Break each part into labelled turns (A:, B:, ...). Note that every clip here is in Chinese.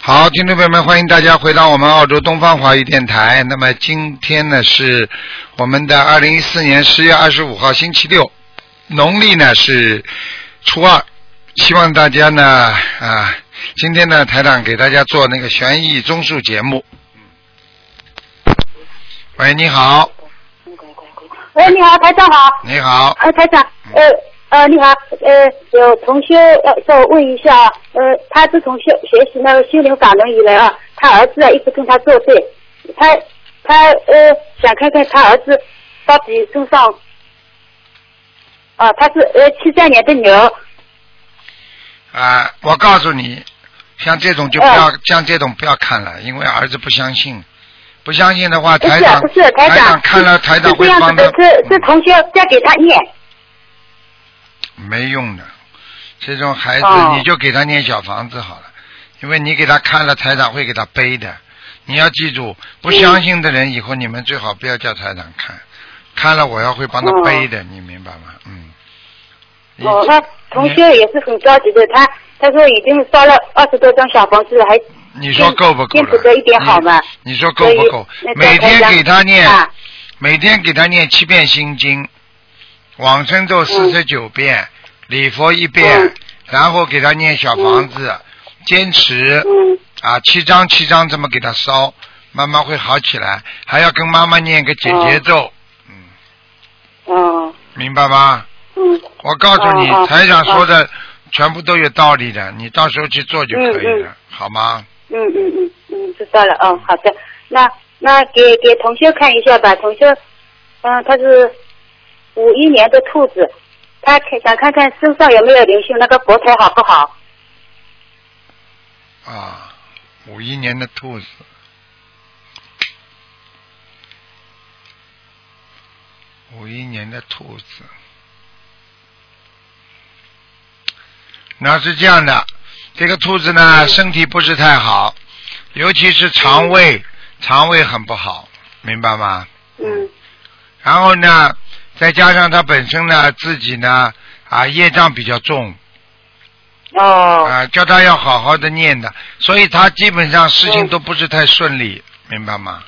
A: 好，听众朋友们，欢迎大家回到我们澳洲东方华语电台。那么今天呢是我们的二零一四年十月二十五号星期六，农历呢是初二。希望大家呢啊，今天呢台长给大家做那个悬疑综述节目。喂，你好，
B: 喂，你好，台长好。
A: 你好，
B: 呃，台长，呃呃，你好，呃，有同学要叫我问一下啊，呃，他自从学学习那个心灵法门以来啊，他儿子啊一直跟他作对，他他呃想看看他儿子到底身上，啊，他是呃七三年的牛，
A: 啊，我告诉你，像这种就不
B: 哦
A: 要，像这种不要看了，因为儿子不相信，不相信的话，
B: 不
A: 台
B: 是啊
A: 长
B: 不是台
A: 长
B: 长，
A: 看了，台长
B: 是这
A: 会
B: 样
A: 帮
B: 子
A: 他
B: 的，是是同学在给他念，
A: 没用的，这种孩子
B: 哦
A: 你就给他念小房子好了，因为你给他看了，台长会给他背的。你要记住，
B: 嗯
A: 不相信的人以后你们最好不要叫台长看，看了我要会帮他背的，你明白吗？嗯。你
B: 哦，那同学也是很着急的，他他说已经烧了二十多张小房子了，还
A: 你说够不够
B: 见
A: 了？
B: 不得一点好嘛？
A: 你你说够不够
B: 所以？那
A: 每天
B: 大家
A: 给他念，
B: 啊
A: 每天给他念七遍心经，往生咒四十九遍，礼佛一遍，
B: 嗯
A: 然后给他念小房子，坚持
B: 嗯
A: 啊七张七张这么给他烧，慢慢会好起来。还要跟妈妈念个姐姐咒，
B: 哦嗯
A: 明白吗？
B: 嗯
A: 我告诉你，
B: 哦哦
A: 台长说的、全部都有道理的，你到时候去做就可以
B: 嗯
A: 了，好吗？
B: 嗯嗯嗯嗯，知道了。哦，好的。那那给给同学看一下吧，同学，嗯、他是五一年的兔子，他看想看看身上有没有灵性，那个佛台好不好？
A: 啊，五一年的兔子。五一年的兔子，那是这样的，这个兔子呢，身体不是太好，尤其是肠胃，肠胃很不好，明白吗？
B: 嗯
A: 然后呢，再加上他本身呢，自己呢，啊，业障比较重，
B: 哦
A: 啊，叫他要好好的念的，所以他基本上事情都不是太顺利，明白吗？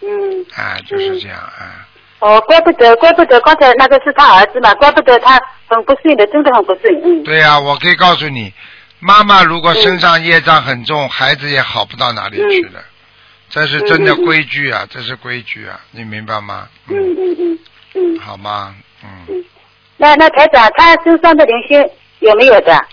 B: 嗯。
A: 啊，就是这样啊。
B: 哦，怪不得，怪不得刚才那个是他儿子嘛，怪不得他很不顺的，真的很不顺。嗯，
A: 对呀、我可以告诉你，妈妈如果身上业障很重，
B: 嗯
A: 孩子也好不到哪里去的，这是真的规矩啊，这是规矩啊，你明白吗？嗯，
B: 嗯嗯嗯嗯。
A: 好吗？嗯，
B: 那那台长，他身上的灵性有没有的？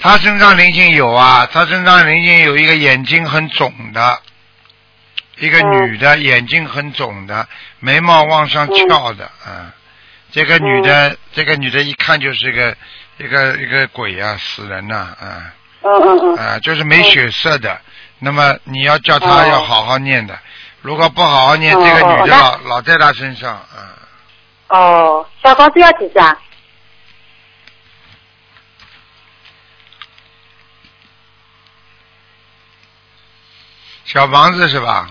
A: 他身上灵性有啊，他身上灵性有一个眼睛很肿的，一个
B: 嗯
A: 女的眼睛很肿的，眉毛往上翘的，
B: 嗯
A: 啊，这个女的，这个女的一看就是个一个一个鬼啊，死人呐、啊，
B: 嗯嗯嗯。
A: 啊，就是没血色的。那么你要叫她
B: 哦
A: 要好好念的，如果不好好念，
B: 哦
A: 这个女的
B: 哦
A: 老老在她身上，啊，
B: 哦，小房子要几张？
A: 小房子是吧？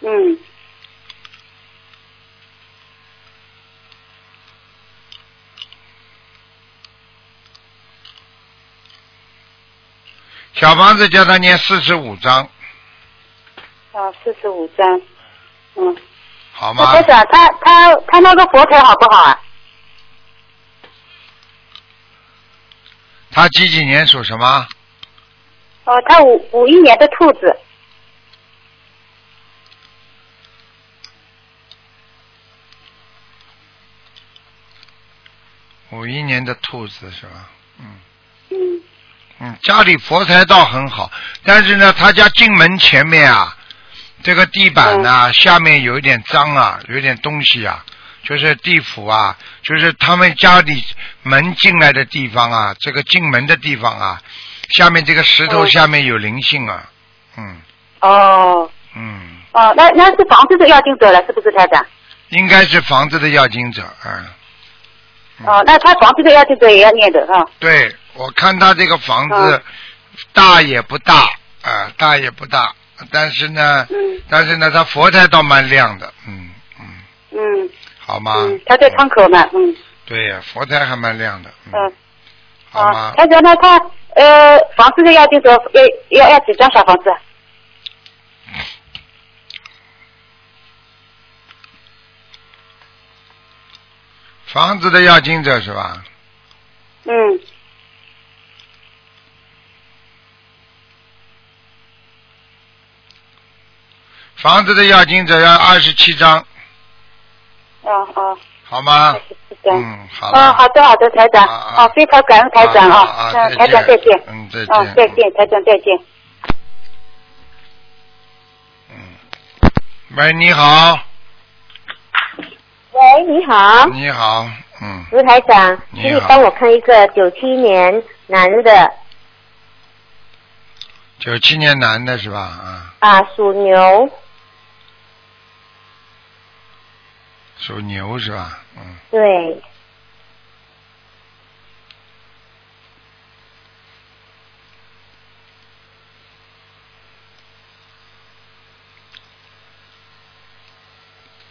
B: 嗯
A: 小房子叫她念四十五章，
B: 啊，四十五张。嗯，
A: 好吗？
B: 那台长，啊他他他那个佛台好不好啊？
A: 她几几年属什么？
B: 哦，他五五一年的兔子。
A: 五一年的兔子是吧？嗯
B: 嗯
A: 嗯，家里佛台倒很好，但是呢，他家进门前面啊，这个地板呐、
B: 嗯
A: 下面有一点脏啊，有一点东西啊，就是地府啊，就是他们家里门进来的地方啊，这个进门的地方啊，下面这个石头
B: 嗯
A: 下面有灵性啊，嗯
B: 哦
A: 嗯，
B: 哦，那那是房子的要经者了，是不是台长？
A: 应该是房子的要经者啊。嗯
B: 哦，那他房子的要经者也要念的哈。
A: 对，我看他这个房子
B: 嗯
A: 大也不大啊、大也不大，但是呢，
B: 嗯
A: 但是呢，他佛台倒蛮亮的，嗯嗯，
B: 嗯
A: 好吗？
B: 嗯，他在窗口嘛，嗯
A: 对呀，佛台还蛮亮的，嗯，
B: 嗯。
A: 好吗？
B: 他说呢，他呃，房子的要求说要要要几张小房子？啊
A: 房子的要经者是吧？
B: 嗯，
A: 房子的要经者要二十七张，
B: 哦哦，
A: 好吗？
B: 是这样。
A: 嗯，好
B: 哦，
A: 了。
B: 好的好的，台长，
A: 啊啊
B: 哦，非常感恩台长
A: 啊
B: 啊，
A: 啊
B: 嗯，台长再见，
A: 嗯，再
B: 哦，再
A: 见。
B: 见，台长再见。
A: 喂，你好，
C: 喂，你好，
A: 你好，嗯，
C: 卢台长，
A: 你
C: 请
A: 好
C: 你帮我看一个九七年男的
A: 九七年男的是吧？啊，
C: 啊，属牛，
A: 属牛是吧？嗯，
C: 对，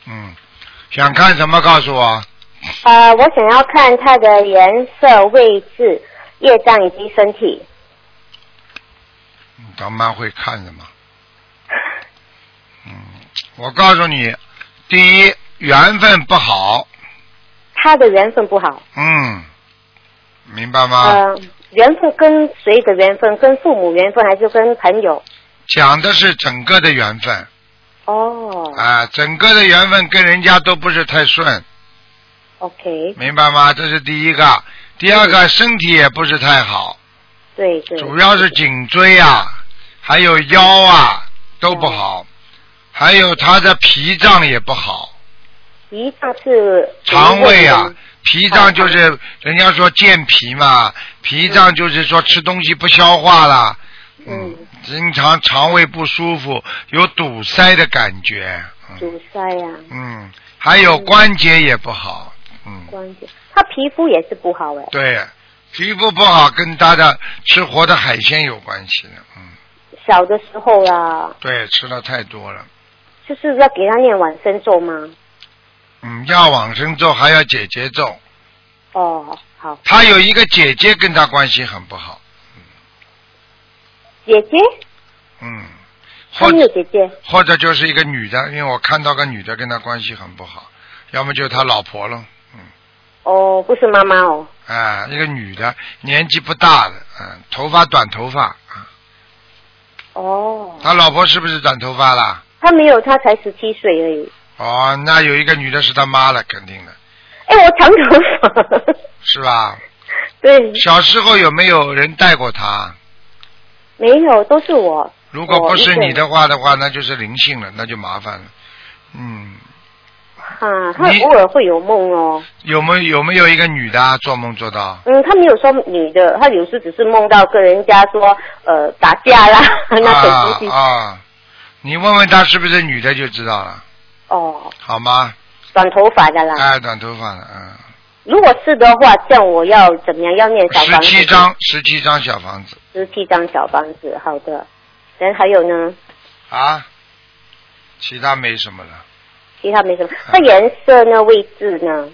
A: 嗯，想看什么告诉我？
C: 啊，我想要看他的颜色、位置、业障以及身体。
A: 你倒蛮会看的嘛。嗯，我告诉你，第一缘分不好，
C: 他的缘分不好，
A: 嗯，明白吗？
C: 嗯、缘分跟谁的缘分？跟父母缘分还是跟朋友？
A: 讲的是整个的缘分
C: 哦、
A: 啊，整个的缘分跟人家都不是太顺，
C: o k
A: 明白吗？这是第一个，第二
C: 嗯
A: 个身体也不是太好，
C: 对对，
A: 主要是颈椎啊，还有腰啊都
C: 嗯
A: 不好，还有他的脾脏也不好，
C: 一上是
A: 肠胃嗯啊
C: 嗯，
A: 脾脏就是人家说健脾嘛，脾脏就是说吃东西不消化啦，嗯，经常肠胃不舒服，有堵塞的感觉，嗯。
C: 阻塞啊，
A: 嗯，还有关节也不好，嗯，
C: 关节，他皮肤也是不好哎，
A: 对，皮肤不好跟他的吃活的海鲜有关系的，嗯，
C: 小的时候啊，
A: 对，吃的太多了，
C: 就是要给他念往生咒吗？
A: 嗯，要往生咒还要姐姐咒，
C: 哦，好，
A: 他有一个姐姐跟他关系很不好，
C: 姐姐，
A: 嗯，
C: 他
A: 或
C: 没有姐姐，
A: 或者就是一个女的，因为我看到个女的跟他关系很不好，要么就是他老婆了，
C: 哦，不是妈妈哦，
A: 啊，一个女的年纪不大的，嗯，头发短头发，啊，
C: 哦，
A: 他老婆是不是短头发啦？
C: 他没有，他才十七岁而已。
A: 哦，那有一个女的是他妈了，肯定的，
C: 哎，我长头发，
A: 是吧？
C: 对，
A: 小时候有没有人带过她？
C: 没有，都是我。
A: 如果不是你
C: 我一个
A: 的
C: 人
A: 话的话，那就是灵性了，那就麻烦了。嗯，
C: 啊，他
A: 你
C: 偶尔会有梦哦，
A: 有没有有没有一个女的啊做梦做到？
C: 嗯，他没有说女的，他有时只是梦到跟人家说呃打架啦 那种
A: 啊
C: 东西。
A: 啊，你问问她是不是女的就知道了，
C: 哦，
A: 好吗？
C: 短头发的啦。
A: 哎，短头发的，
C: 如果是的话，这样我要怎么样？要念
A: 嗯，
C: 小
A: 十
C: 房子。
A: 七张，十七张小房子
C: 十七张小房子，好的。然后还有呢，
A: 啊，其他没什么了。
C: 其他没什么。
A: 啊
C: 那颜色呢？位置呢？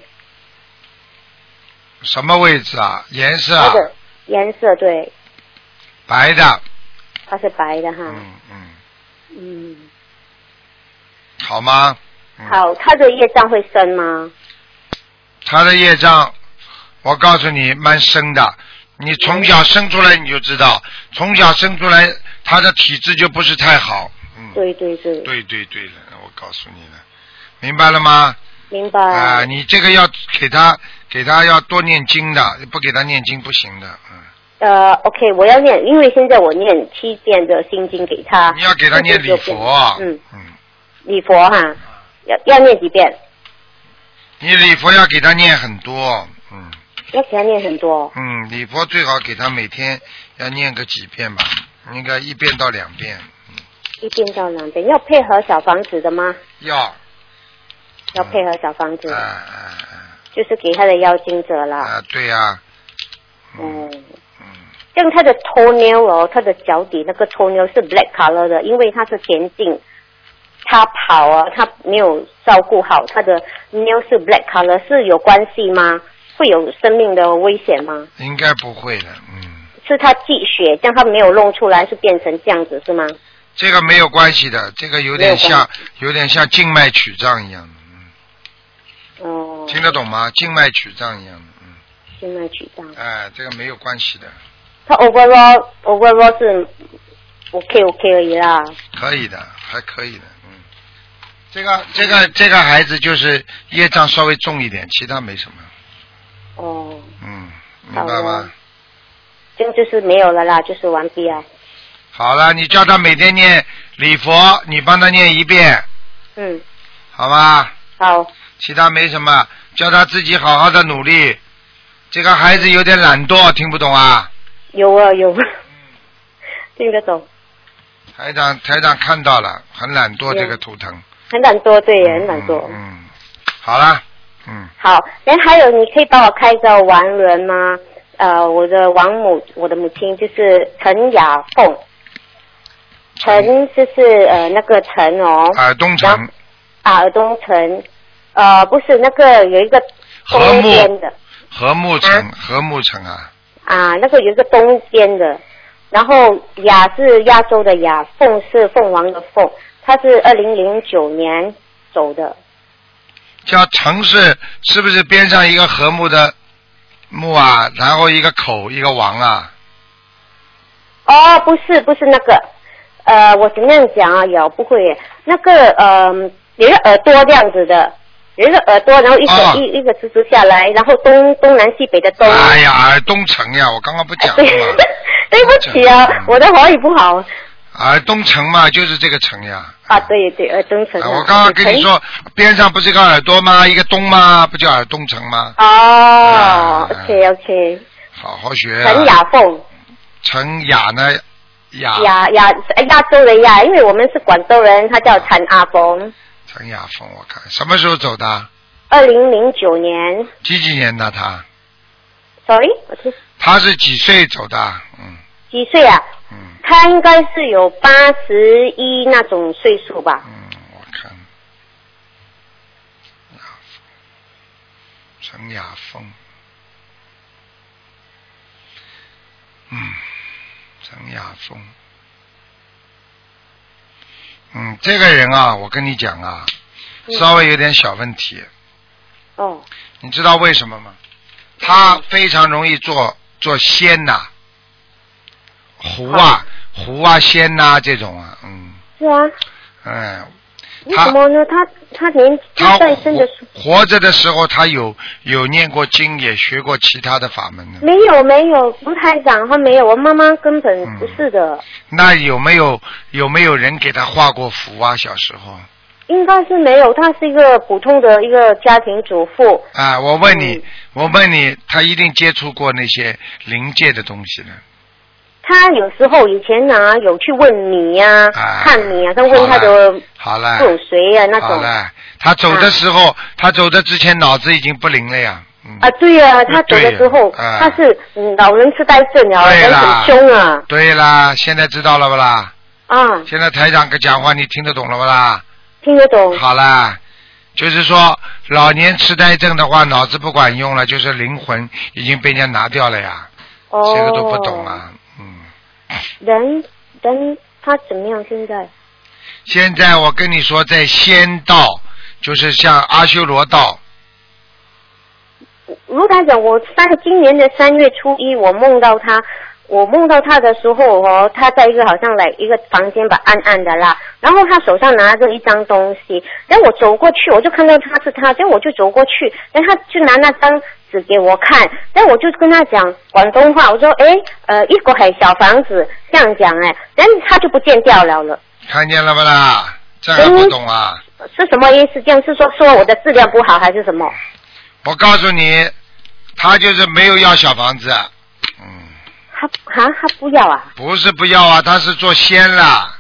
A: 什么位置啊？颜色
C: 它
A: 啊？
C: 的颜色对，
A: 白的，
C: 它是白的哈。
A: 嗯嗯，
C: 嗯，
A: 好吗？嗯
C: 好，它的业障会深吗？
A: 他的业障，我告诉你，蛮深的。你从小生出来你就知道，从小生出来他的体质就不是太好。嗯，
C: 对对对，
A: 对对对了，我告诉你了，明白了吗？
C: 明白。
A: 啊、你这个要给他给他要多念经的，不给他念经不行的。嗯，
C: 呃，OK，我要念，因为现在我念七遍的心经给他。
A: 你要给他念礼佛。
C: 嗯，
A: 嗯，
C: 礼佛哈，要要念几遍？
A: 你礼佛要给他念很多。嗯
C: 要给他念很多。
A: 嗯，礼佛最好给他每天要念个几遍吧，应该一遍到两遍。
C: 一遍到两遍，要配合小房子的吗？
A: 要。
C: 要配合小房子，
A: 啊啊
C: 就是给他的妖精者
A: 啊！
C: 啦。
A: 啊，对呀、
C: 嗯，
A: 嗯，
C: 像他的 toenail 哦，他的脚底那个 toenail 是 black color 的，因为他是田径，他跑啊，他没有照顾好他的 nail 是 black color 是有关系吗？会有生命的危险吗？
A: 应该不会的，嗯，
C: 是他积血，这样他没有弄出来，是变成这样子是吗？
A: 这个没有关系的，这个有
C: 没
A: 点
C: 有关
A: 像有点像静脉曲张一样的，嗯，
C: 哦，
A: 听得懂吗？静脉曲张一样的，嗯，
C: 静脉曲张，
A: 哎，这个没有关系的，
C: 他 overall overall 是 OK OK 而已啦。
A: 可以的，还可以的，嗯，这个这个这个孩子就是业障稍微重一点，其他没什么，
C: 哦，
A: 嗯，明
C: 好
A: 白
C: 的
A: 吗？。
C: 这样就是没有了啦，就是完毕啊。
A: 好了，你叫他每天念礼佛，你帮他念一遍，
C: 嗯，
A: 好吗？
C: 好，
A: 其他没什么，叫他自己好好的努力。这个孩子有点懒惰，听不懂啊？
C: 有啊有啊，听得懂，
A: 台长，台长看到了，很懒惰
C: 对
A: 这个图腾。
C: 很懒惰，对，很懒惰。
A: 嗯。嗯好了，嗯，
C: 好，然后还有，你可以帮我开一个亡人吗？呃，我的亡母，我的母亲就是陈雅凤，
A: 嗯
C: 陈就是呃那个陈哦，
A: 耳呃东城
C: 啊，尔东陈，呃，不是那个有一个东
A: 和睦
C: 边的
A: 和睦城，和睦城啊，
C: 啊，那个有一个东边的，然后雅是亚洲的雅，凤是凤凰的凤，她是二零零九年走的，
A: 叫城市是不是边上一个和睦的木啊？然后一个口，一个王啊？
C: 哦，不是不是那个，呃，我怎么样讲啊？有不会耶那个呃，有一个耳朵这样子的，有一个耳朵，然后一个、
A: 哦
C: 一一个直直下来，然后东东南西北的东。
A: 哎呀，耳东城呀，我刚刚不讲了
C: 对
A: 吗？，
C: 对不起啊，我的华语不好
A: 耳东城嘛，就是这个城呀。
C: 啊，对对，耳东城、
A: 啊
C: 啊。
A: 我刚刚跟你
C: 陈
A: 说，边上不是一个耳朵吗？一个东吗？不叫耳东城吗？
C: 哦
A: 啊
C: ，OK OK，
A: 好好学、啊。
C: 陈雅凤，
A: 陈雅呢？雅。
C: 雅雅哎亚洲人呀，因为我们是广州人，他叫陈阿凤，
A: 陈雅凤，我看什么时候走的？
C: 二零零九年
A: 几几年的他？
C: ，sorry，我听
A: 他是几岁走的？嗯
C: 几岁啊？
A: 嗯
C: 他应该是有八十一那种岁数吧？
A: 嗯，我看。雅凤陈雅凤。嗯，陈雅凤。嗯，这个人啊，我跟你讲啊，
C: 嗯
A: 稍微有点小问题。
C: 哦，嗯
A: 你知道为什么吗？他非常容易做做仙呐、狐啊、狐啊、仙呐、这种啊，嗯，
C: 是啊，
A: 哎，
C: 为
A: 他
C: 什么呢？他他年
A: 他
C: 他在生的
A: 活
C: 时候
A: 活着的时候，他有有念过经，也学过其他的法门呢。
C: 没有没有，卢台长他没有，我妈妈根本不是
A: 嗯
C: 的，
A: 那有没有有没有人给他画过符啊？小时候
C: 应该是没有。她是一个普通的一个家庭主妇，
A: 啊，我问你，
C: 嗯
A: 我问你，他一定接触过那些灵界的东西的。
C: 她有时候以前呢、有去问你呀、
A: 啊
C: 看你啊，她问她的
A: 好了，
C: 父谁呀、那
A: 好
C: 种
A: 了，他走的时候，他走的之前脑子已经不灵了呀。嗯，
C: 啊，对呀、她走
A: 对
C: 了
A: 呀
C: 之后，
A: 啊
C: 她是嗯老人痴呆症啊，
A: 对
C: 人
A: 啦
C: 很凶啊
A: 对啦，现在知道了不啦？
C: 啊，
A: 现在台长跟讲话，你听得懂了不啦？
C: 听得懂
A: 好啦，就是说老年痴呆症的话，脑子不管用了，就是灵魂已经被人家拿掉了呀，
C: 哦。
A: 这个都不懂啊。嗯，
C: 人人他怎么样？现在
A: 现在我跟你说，在仙道，就是像阿修罗道，
C: 卢台长，我三今年的三月初一，我梦到他，我梦到他的时候哦，他在一个好像来一个房间吧，暗暗的啦，然后他手上拿着一张东西，然后我走过去，我就看到他是他，然后我就走过去，然后他就拿那张。纸给我看，然后我就跟他讲广东话，我说哎，呃，一个海小房子这样讲哎，然后他就不见掉了了，
A: 看见了不啦？这还不懂啊？
C: 是什么意思？这样是说说我的质量不好还是什么？
A: 我告诉你，他就是没有要小房子，嗯，
C: 他啊，他不要啊？
A: 不是不要啊，他是做仙啦，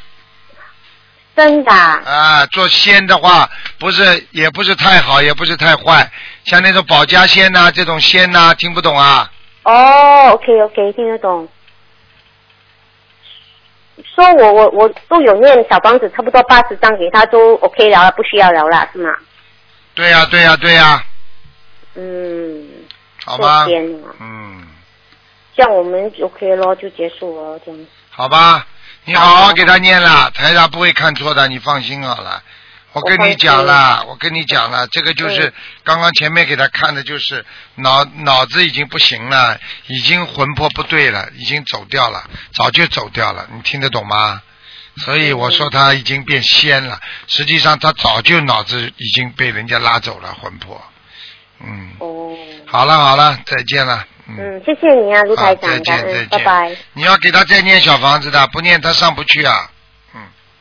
C: 真的啊？
A: 啊，做仙的话不是也不是太好，也不是太坏，像那种保家仙呐、这种仙呐、听不懂啊？
C: 哦，OK OK，听得懂。说我我我都有念小房子，差不多八十张给他都 OK 了，不需要了啦，是吗？
A: 对呀、对呀、对呀、
C: 嗯，
A: 好吗
C: 这？边啊，
A: 嗯，
C: 这样我们就 OK 咯，就结束了这样。
A: 好吧，你好好
C: 好
A: 给他念了，台长不会看错的，你放心好了。我跟你讲了，我跟你讲了，这个就是刚刚前面给他看的，就是脑脑子已经不行了，已经魂魄不对了，已经走掉了，早就走掉了，你听得懂吗？所以我说他已经变仙了，实际上他早就脑子已经被人家拉走了魂魄。嗯，
C: 哦，
A: 好了好了，再见了。
C: 嗯，谢谢你啊，卢
A: 好，
C: 台长
A: 再，见
C: 感
A: 再
C: 恩
A: 见，，
C: 拜拜。
A: 你要给他再念小房子的，不念他上不去啊，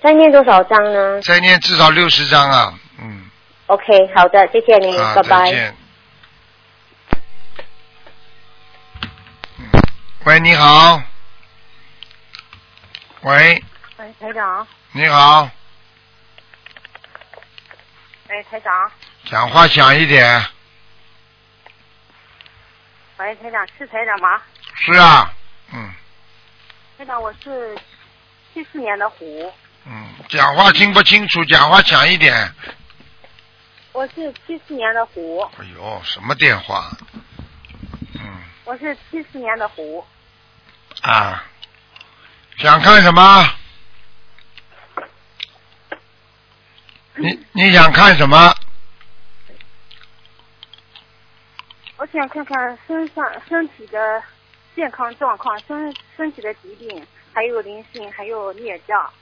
C: 再念多少张呢
A: 再念至少六十张啊，嗯，
C: ？OK，好的，谢谢你，
A: 啊，
C: 拜
A: 再
C: 拜。
A: 见。嗯喂，你好。喂，
D: 哎，台长，
A: 你好，
D: 哎，台长，
A: 讲话响一点。
D: 喂，台长是台长吗？
A: 是啊，嗯
D: 台长，我是七四年的虎，
A: 嗯，讲话听不清楚，讲话响一点。
D: 我是七四年的虎，
A: 哎呦，什么电话？嗯
D: 我是七四年的虎，
A: 啊，想看什么？你你想看什么？
D: 我想看看身上身体的健康状况，身身体的疾病，还有灵性，还有孽障。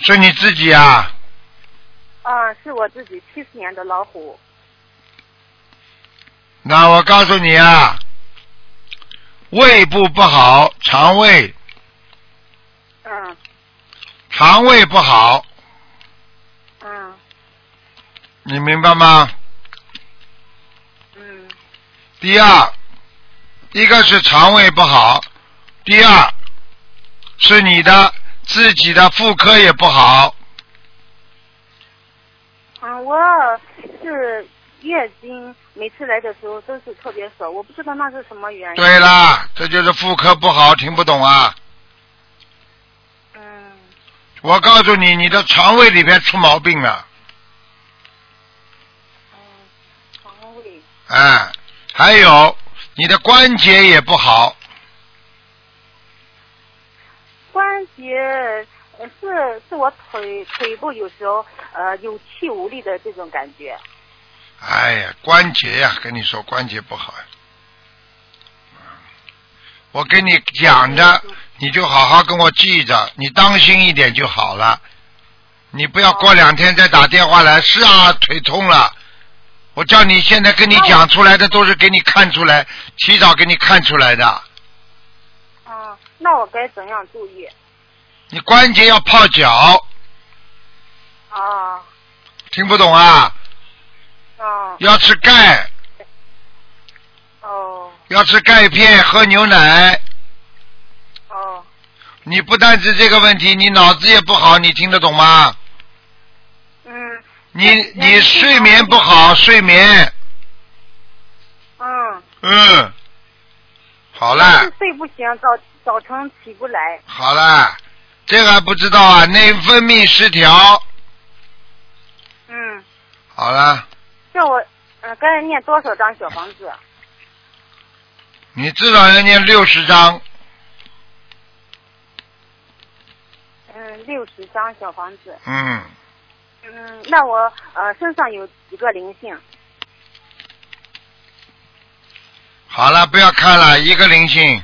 A: 是你自己啊？
D: 啊，是我自己七四年的老虎。
A: 那我告诉你啊，胃部不好，肠胃
D: 嗯
A: 肠胃不好，
D: 嗯
A: 你明白吗？
D: 嗯
A: 第二，一个是肠胃不好，第二是你的自己的妇科也不好，
D: 嗯，我是月经，每次来的时候都是特别少，我不知道那是什么原因。
A: 对啦，这就是妇科不好，听不懂啊！
D: 嗯。
A: 我告诉你，你的肠胃里边出毛病了，
D: 嗯，肠胃，
A: 哎，还有你的关节也不好，
D: 关节呃是是我腿腿部有时候呃有气无力的这种感觉。
A: 哎呀，关节呀、跟你说关节不好呀。我跟你讲的，你就好好跟我记着，你当心一点就好了。你不要过两天再打电话来，是啊，腿痛了。我叫你现在跟你讲出来的都是给你看出来，提早给你看出来的。
D: 嗯，那我该怎样注意？
A: 你关节要泡脚，
D: 啊，
A: 听不懂啊？
D: 嗯，
A: 要吃钙，
D: 哦，
A: 要吃钙片，喝牛奶。
D: 哦，
A: 你不但是这个问题，你脑子也不好，你听得懂吗？
D: 嗯，
A: 你
D: 对
A: 你睡眠不好，睡眠，
D: 嗯，
A: 嗯，好
D: 但
A: 了
D: 是睡不醒，早早晨起不来。
A: 好了，这个还不知道啊，内分泌失调，
D: 嗯，
A: 好了，
D: 这我嗯、呃该念多少张小房子？
A: 你至少要念六十章，
D: 嗯，六十张小房子。
A: 嗯，
D: 嗯，那我呃身上有几个灵性？
A: 好了，不要看了，一个灵性，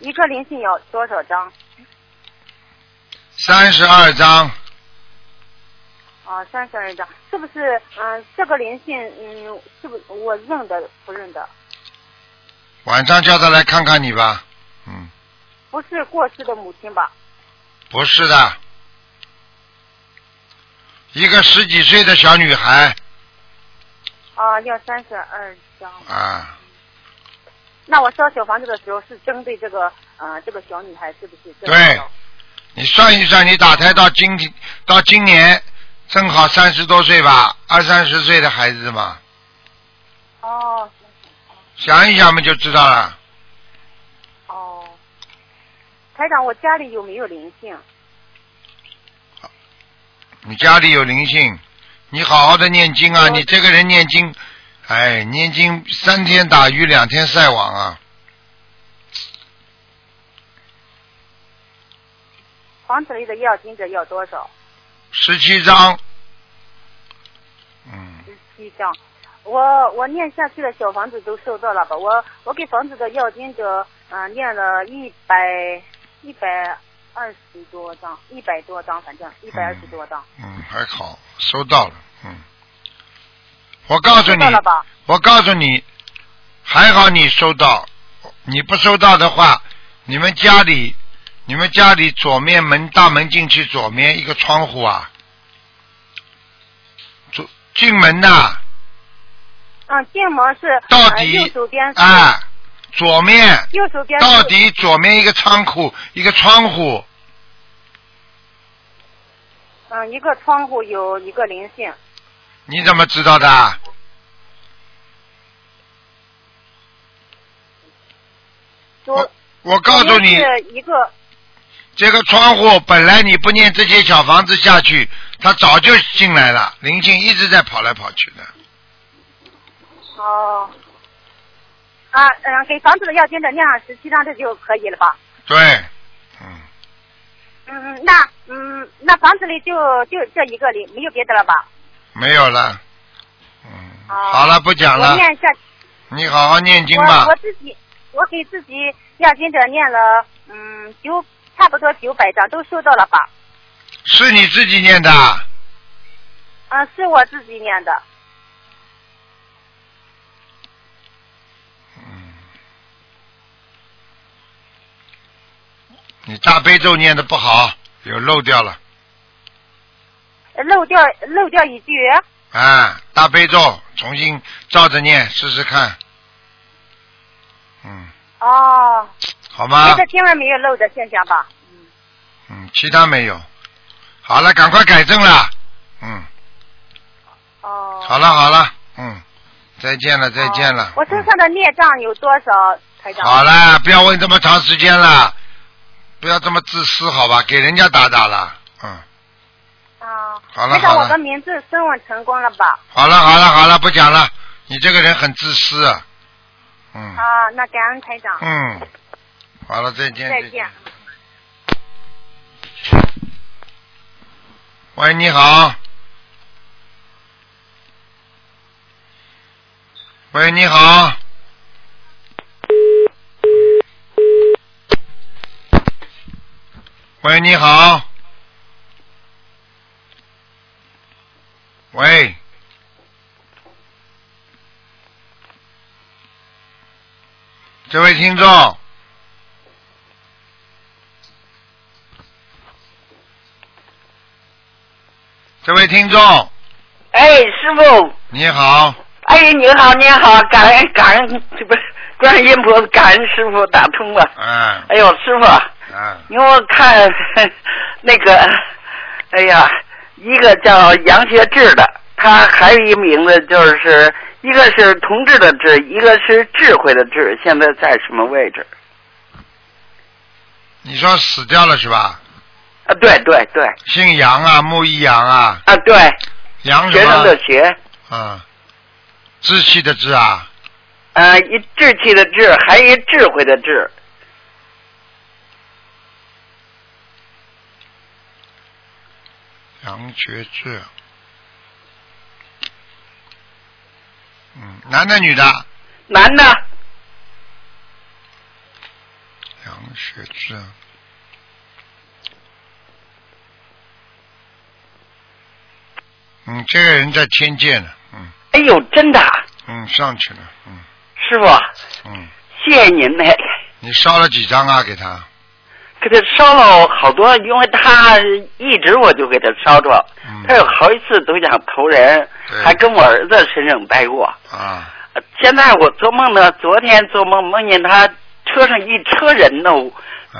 D: 一个灵性有多少张？
A: 三十二章，
D: 啊，三十二张，是不是？嗯、这个灵性，嗯，是不是我认的不认的？
A: 晚上叫他来看看你吧，嗯，
D: 不是过世的母亲吧？
A: 不是的，一个十几岁的小女孩
D: 啊，要三十二张。
A: 啊，
D: 那我烧小房子的时候是针对这个，呃，这个小女孩是不是？
A: 对你算一算，你打胎到今天到今年正好三十多岁吧，二三十岁的孩子嘛，
D: 哦，
A: 想一想嘛就知道了。
D: 哦。台长，我家里有没有灵性？
A: 你家里有灵性，你好好的念经啊！
D: 我
A: 你这个人念经，啊、哎，念经三天打鱼两天晒网啊，
D: 房子里的要经者要多少？
A: 十七章。嗯，
D: 十七张。我我念下去的小房子都收到了吧？我我给房子的要经者嗯、呃念了一百一百二十多张，一百多张，反正一百二十多张。
A: 嗯，还好，收到了。嗯，我告诉
D: 收
A: 你
D: 到，了吧？
A: 我告诉你，还好你收到，你不收到的话，你们家里，你们家里左面门大门进去左面一个窗户啊，左进门呐、
D: 嗯，进门是
A: 到
D: 呃
A: 底
D: 右手边是、
A: 啊，左面
D: 右手边是
A: 到底左面一个仓库一个窗户，
D: 嗯一个窗户有一个灵性，
A: 你怎么知道的啊？
D: 左
A: 我我告诉你，
D: 左边是一个
A: 这个窗户本来你不念这些小房子下去，它早就进来了，灵性一直在跑来跑去的。
D: 哦。啊，嗯，给房子的要经者念上十七张，这就可以了吧？
A: 对，嗯，
D: 嗯，嗯那嗯，那房子里就就这一个里，没有别的了吧？
A: 没有了，嗯，
D: 哦
A: 好了，不讲
D: 我
A: 了，
D: 念一下，
A: 你好好念经吧
D: 我我。自己，我给自己要经者念了，嗯，九差不多九百张，都收到了吧？
A: 是你自己念的啊，
D: 嗯，是我自己念的。
A: 你大悲咒念的不好，有漏掉了。
D: 漏掉漏掉一句，
A: 啊，大悲咒重新照着念试试看。嗯，
D: 哦，
A: 好
D: 别
A: 吗
D: 的？经文没有漏的现象吧？
A: 嗯，其他没有。好了，赶快改正了。嗯，
D: 哦，
A: 好了好了，嗯，再见了再见了
D: 哦。我身上的孽障有多少？台长。
A: 好了，不要问这么长时间了，不要这么自私好吧？给人家打打了。嗯，
D: 啊，
A: 好了
D: 台长
A: 好了
D: 我的名字申问成功了吧？
A: 好了好了好了，不讲了。你这个人很自私啊。嗯
D: 啊，那感恩台长。
A: 嗯，好了，再见
D: 再见。
A: 喂，你好。喂，你好。喂，你好。喂。这位听众，这位听众，
E: 哎，师傅，
A: 你好，
E: 哎，你好，你好，感恩感恩，这不是观世音菩萨，感恩师傅打通了。
A: 嗯
E: 哎呦，师傅，
A: 嗯，
E: 你给我看那个，哎呀，一个叫杨学志的，他还有一名字就是一个是同志的志，一个是智慧的智，现在在什么位置？
A: 你说死掉了是吧？
E: 啊，对对对，
A: 姓杨啊，木一杨啊，
E: 啊对，
A: 杨
E: 学
A: 什
E: 生的
A: 么？
E: 学，
A: 嗯，志气的志啊，
E: 呃，一志气的志，还一智慧的智，
A: 杨觉志。嗯，男的女的？
E: 男的，
A: 杨学志。嗯，这个人在天界呢，嗯
E: 哎呦，真的啊，
A: 嗯，上去了，嗯
E: 师傅。
A: 嗯，
E: 谢谢您嘞，
A: 你烧了几张啊？给他？
E: 给他烧了好多，因为他一直我就给他烧着，
A: 嗯
E: 他有好几次都想投人
A: 对，
E: 还跟我儿子身上待过。
A: 啊，
E: 呃现在我做梦呢，昨天做梦梦见他车上一车人呢，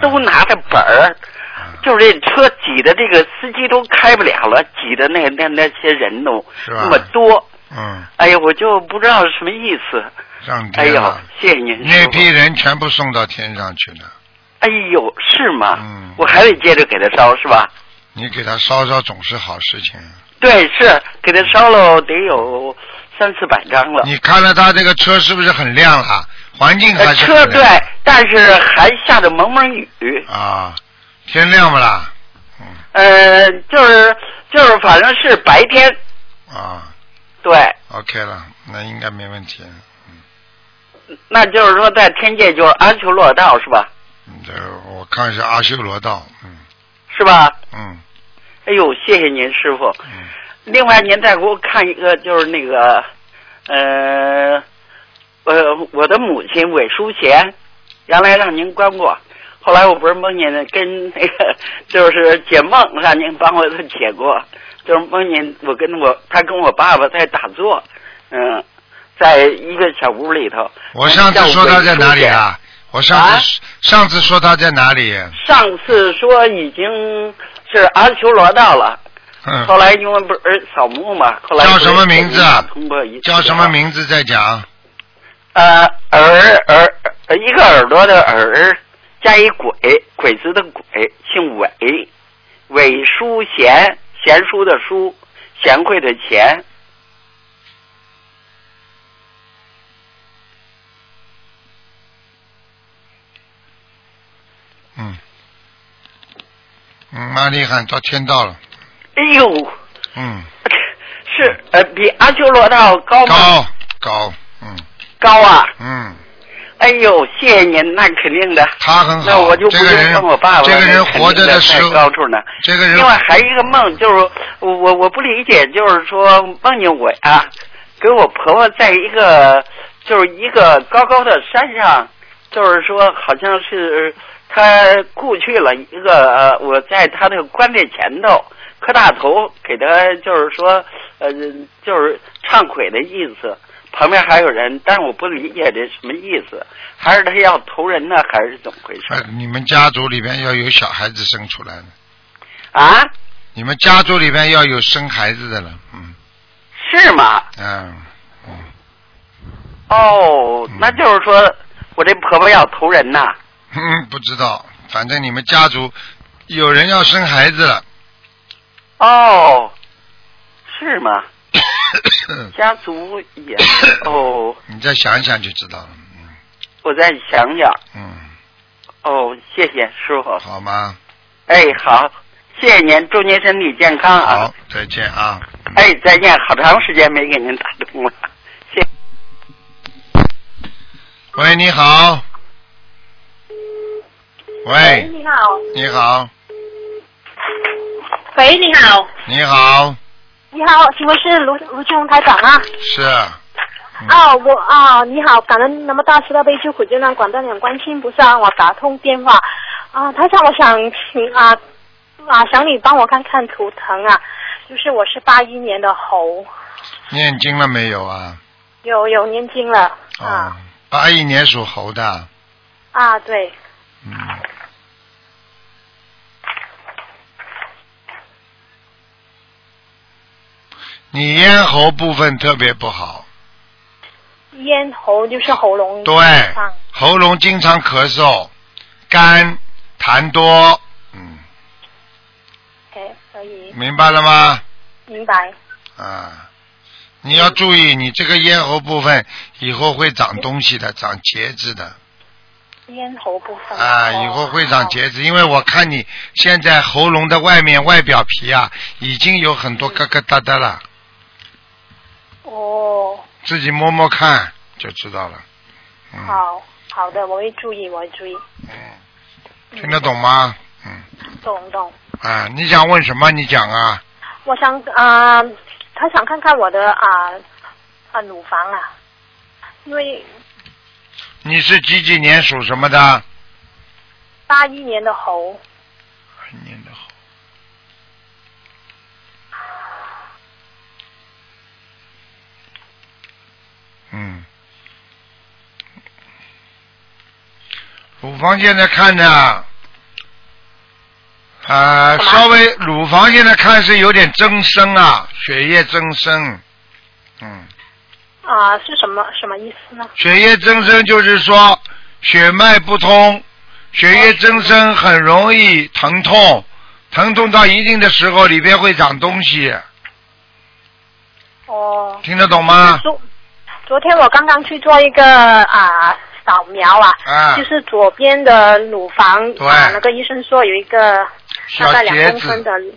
E: 都拿着本儿，
A: 啊
E: 就是这车挤的这个司机都开不了了，挤的那那那些人呢
A: 是吧
E: 那么多，
A: 嗯，
E: 哎呀，我就不知道什么意思。
A: 上
E: 哎
A: 天
E: 呦
A: 了。，
E: 谢谢您。
A: 那
E: 师傅
A: 批人全部送到天上去了，
E: 哎呦，是吗？
A: 嗯
E: 我还得接着给他烧是吧？
A: 你给他烧烧总是好事情。
E: 对，是给他烧了得有三四百张了。
A: 你看了他这个车是不是很亮了？环境还
E: 呃
A: 是
E: 车
A: 很
E: 对
A: 亮，
E: 但是还下着蒙蒙雨。
A: 啊，天亮不啦？
E: 呃，就是就是，反正是白天。
A: 啊
E: 对，
A: ，OK 了，那应该没问题。
E: 那就是说在天界就是阿修罗道是吧？
A: 嗯，这我看是阿修罗道，嗯
E: 是吧？
A: 嗯
E: 哎呦，谢谢您师傅。
A: 嗯，
E: 另外，您再给我看一个，就是那个，呃，呃，我的母亲韦淑贤，原来让您关过，后来我不是梦见跟那个，就是解梦，让您帮我解过，就是梦见我跟我他跟我爸爸在打坐，嗯、在一个小屋里头。
A: 我上次说他在哪里啊？我上次、
E: 啊
A: 上次说他在哪里？
E: 上次说已经是阿修罗道了，后
A: 嗯，
E: 来因为不是哎扫墓嘛，后来
A: 叫什么名字啊
E: 通过一次
A: 叫什么？名字再讲？
E: 呃，耳耳呃一个耳呃朵的耳加一鬼鬼子的鬼，姓韦，韦淑贤，贤淑的淑，贤惠的贤。
A: 嗯嗯，蛮厉害，到天道了。
E: 哎呦，
A: 嗯，
E: 是呃比阿修罗道高吗？
A: 高高，嗯
E: 高啊！
A: 嗯，
E: 哎呦，谢谢您，那肯定的。
A: 他很好。
E: 那我就不
A: 这个人
E: 用问我爸爸了，
A: 这个人
E: 那肯定
A: 活着
E: 的
A: 时候
E: 在，高处呢。
A: 这个人
E: 另外还有一个梦，就是我我我不理解，就是说梦见我啊，跟我婆婆在一个就是一个高高的山上，就是说好像是她故去了一个，呃、我在她那个棺材前头磕大头，给她就是说呃就是忏悔的意思。旁边还有人，但是我不理解这什么意思，还是他要投人呢，还是怎么回事
A: 呃，你们家族里边要有小孩子生出来的，
E: 啊？
A: 你们家族里边要有生孩子的了，嗯
E: 是吗？
A: 嗯嗯
E: 哦
A: 嗯，
E: 那就是说我这婆婆要投人呐。
A: 嗯， 不知道，反正你们家族有人要生孩子了，
E: 哦，是吗？家族也哦，
A: 你再想一想就知道了，
E: 我再想想。
A: 嗯，
E: 哦，谢谢师傅。
A: 好吗？
E: 哎，好，谢谢您，祝您身体健康啊
A: 好。，再见啊。
E: 哎，再见，好长时间没给您打通了，谢谢。
A: 喂，你好。喂，
F: 你好，
A: 你好，
F: 喂，你好，
A: 你好，
F: 你好，请问是卢卢俊宏台长啊？
A: 是，嗯
F: 哦，我啊、你好，感恩那么大慈大悲救苦救难广大两观世音菩萨让我打通电话啊，台长，我想请啊啊，想你帮我看看图腾啊，就是我是八一年的猴，
A: 念经了没有啊？
F: 有有念经了
A: 哦
F: 啊、，
A: 八一年属猴的。
F: 啊，对，
A: 嗯，你咽喉部分特别不好，
F: 咽喉就是喉咙
A: 对
F: 上，
A: 喉咙经常咳嗽，干痰多，嗯，
F: ，OK，可以
A: 明白了吗？
F: 明白
A: 啊，你要注意，你这个咽喉部分以后会长东西的，长结子的
F: 咽喉部分
A: 啊，
F: 哦
A: 以后会长
F: 好
A: 结子，因为我看你现在喉咙的外面外表皮啊，已经有很多疙疙瘩瘩了。
F: 哦。
A: 自己摸摸看就知道了。嗯，
F: 好好的，我会注意，我会注意。
A: 听得懂吗？嗯，
F: 懂懂。
A: 啊，你想问什么？你讲啊。
F: 我想啊、他想看看我的啊啊乳房啊，因为
A: 你是几几年属什么的？
F: 八一年的猴，
A: 年的好。嗯，乳房现在看着啊，啊，稍微乳房现在看是有点增生啊，血液增生，嗯。
F: 啊、是什么什么意思呢？
A: 血液增生就是说血脉不通，血液增生很容易疼痛，疼痛到一定的时候里边会长东西，
F: 哦哦。
A: 听得懂吗？
F: 昨昨天我刚刚去做一个啊扫描啊，
A: 啊
F: 就是左边的乳房
A: 对
F: 啊，那个医生说有一个
A: 小
F: 大概两
A: 结
F: 公分
A: 子
F: 的瘤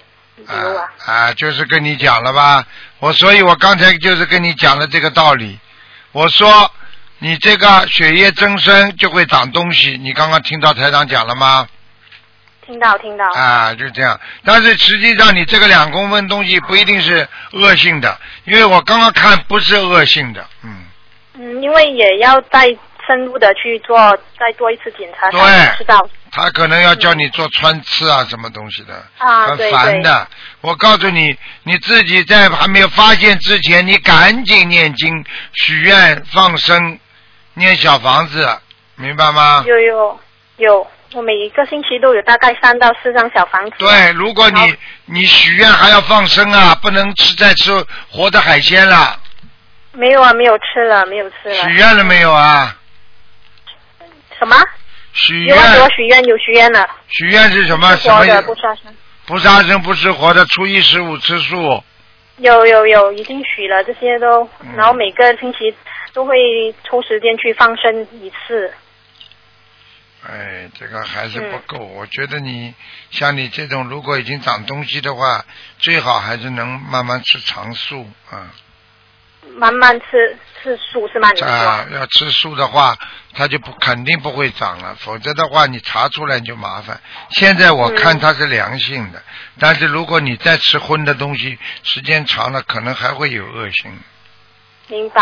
A: 啊
F: 啊，
A: 啊，就是跟你讲了吧，我所以，我刚才就是跟你讲了这个道理。我说你这个血液增生就会长东西，你刚刚听到台长讲了吗？
F: 听到听到
A: 啊，就这样。但是实际上，你这个两公分东西不一定是恶性的，因为我刚刚看不是恶性的，嗯。
F: 嗯，因为也要再深入的去做，再做一次检查才能
A: 对
F: 知道。
A: 他可能要叫你做穿刺啊，什么东西的，
F: 啊
A: 很
F: 对
A: 烦的。我告诉你，你自己在还没有发现之前，你赶紧念经、许愿、放生、念小房子，明白吗？
F: 有有有，我每一个星期都有大概三到四张小房子。
A: 对，如果
F: 好
A: 你你许愿还要放生啊，不能吃再吃活的海鲜了。
F: 没有啊，没有吃了，没有吃了。
A: 许愿了没有啊？
F: 什么？
A: 许
F: 有啊，有啊
A: 愿，
F: 许愿，有许愿了。
A: 许愿是什么？什
F: 活
A: 么
F: 的不杀生。
A: 不杀生，不吃活的，初一十五吃素。
F: 有有有，已经许了这些都，
A: 嗯
F: 然后每个星期都会抽时间去放生一次。
A: 哎，这个还是不
F: 嗯
A: 够。我觉得你像你这种，如果已经长东西的话，最好还是能慢慢吃长素啊。
F: 慢慢吃吃素是吗？你说
A: 啊，要吃素的话，它就不肯定不会长了，否则的话你查出来你就麻烦。现在我看
F: 嗯
A: 它是良性的，但是如果你再吃荤的东西，时间长了可能还会有恶性。
F: 明白。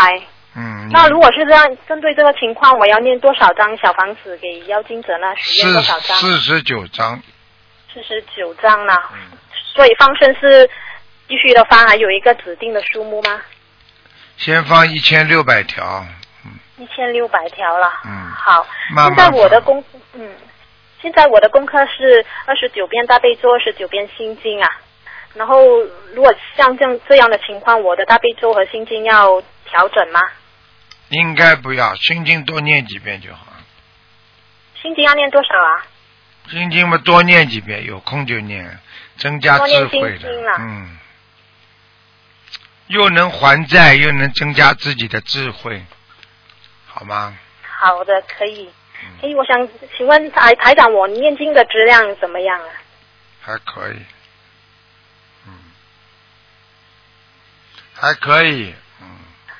A: 嗯，
F: 那
A: 你
F: 如果是这样，针对这个情况，我要念多少张小房子给妖精者呢？许愿
A: 四
F: 多少张？
A: 四十九章，
F: 四十九张呢？
A: 嗯，
F: 所以放生是继续的放，还啊有一个指定的数目吗？
A: 先放一千六百条，
F: 一千六百条了。
A: 嗯
F: 好，
A: 慢慢
F: 现在我的
A: 放
F: 功，嗯，现在我的功课是二十九遍大悲咒，二十九遍心经啊。然后，如果像这样这样的情况，我的大悲咒和心经要调整吗？
A: 应该不要，心经多念几遍就好。
F: 心经要念多少啊？
A: 心经嘛，多念几遍，有空就念，增加智
F: 多
A: 慧
F: 念
A: 的
F: 心经啊，
A: 嗯，又能还债，又能增加自己的智慧，好吗？
F: 好的，可以。
A: 嗯
F: 哎，我想请问台台长，我念经的质量怎么样啊？
A: 还可以，嗯，还可以，嗯，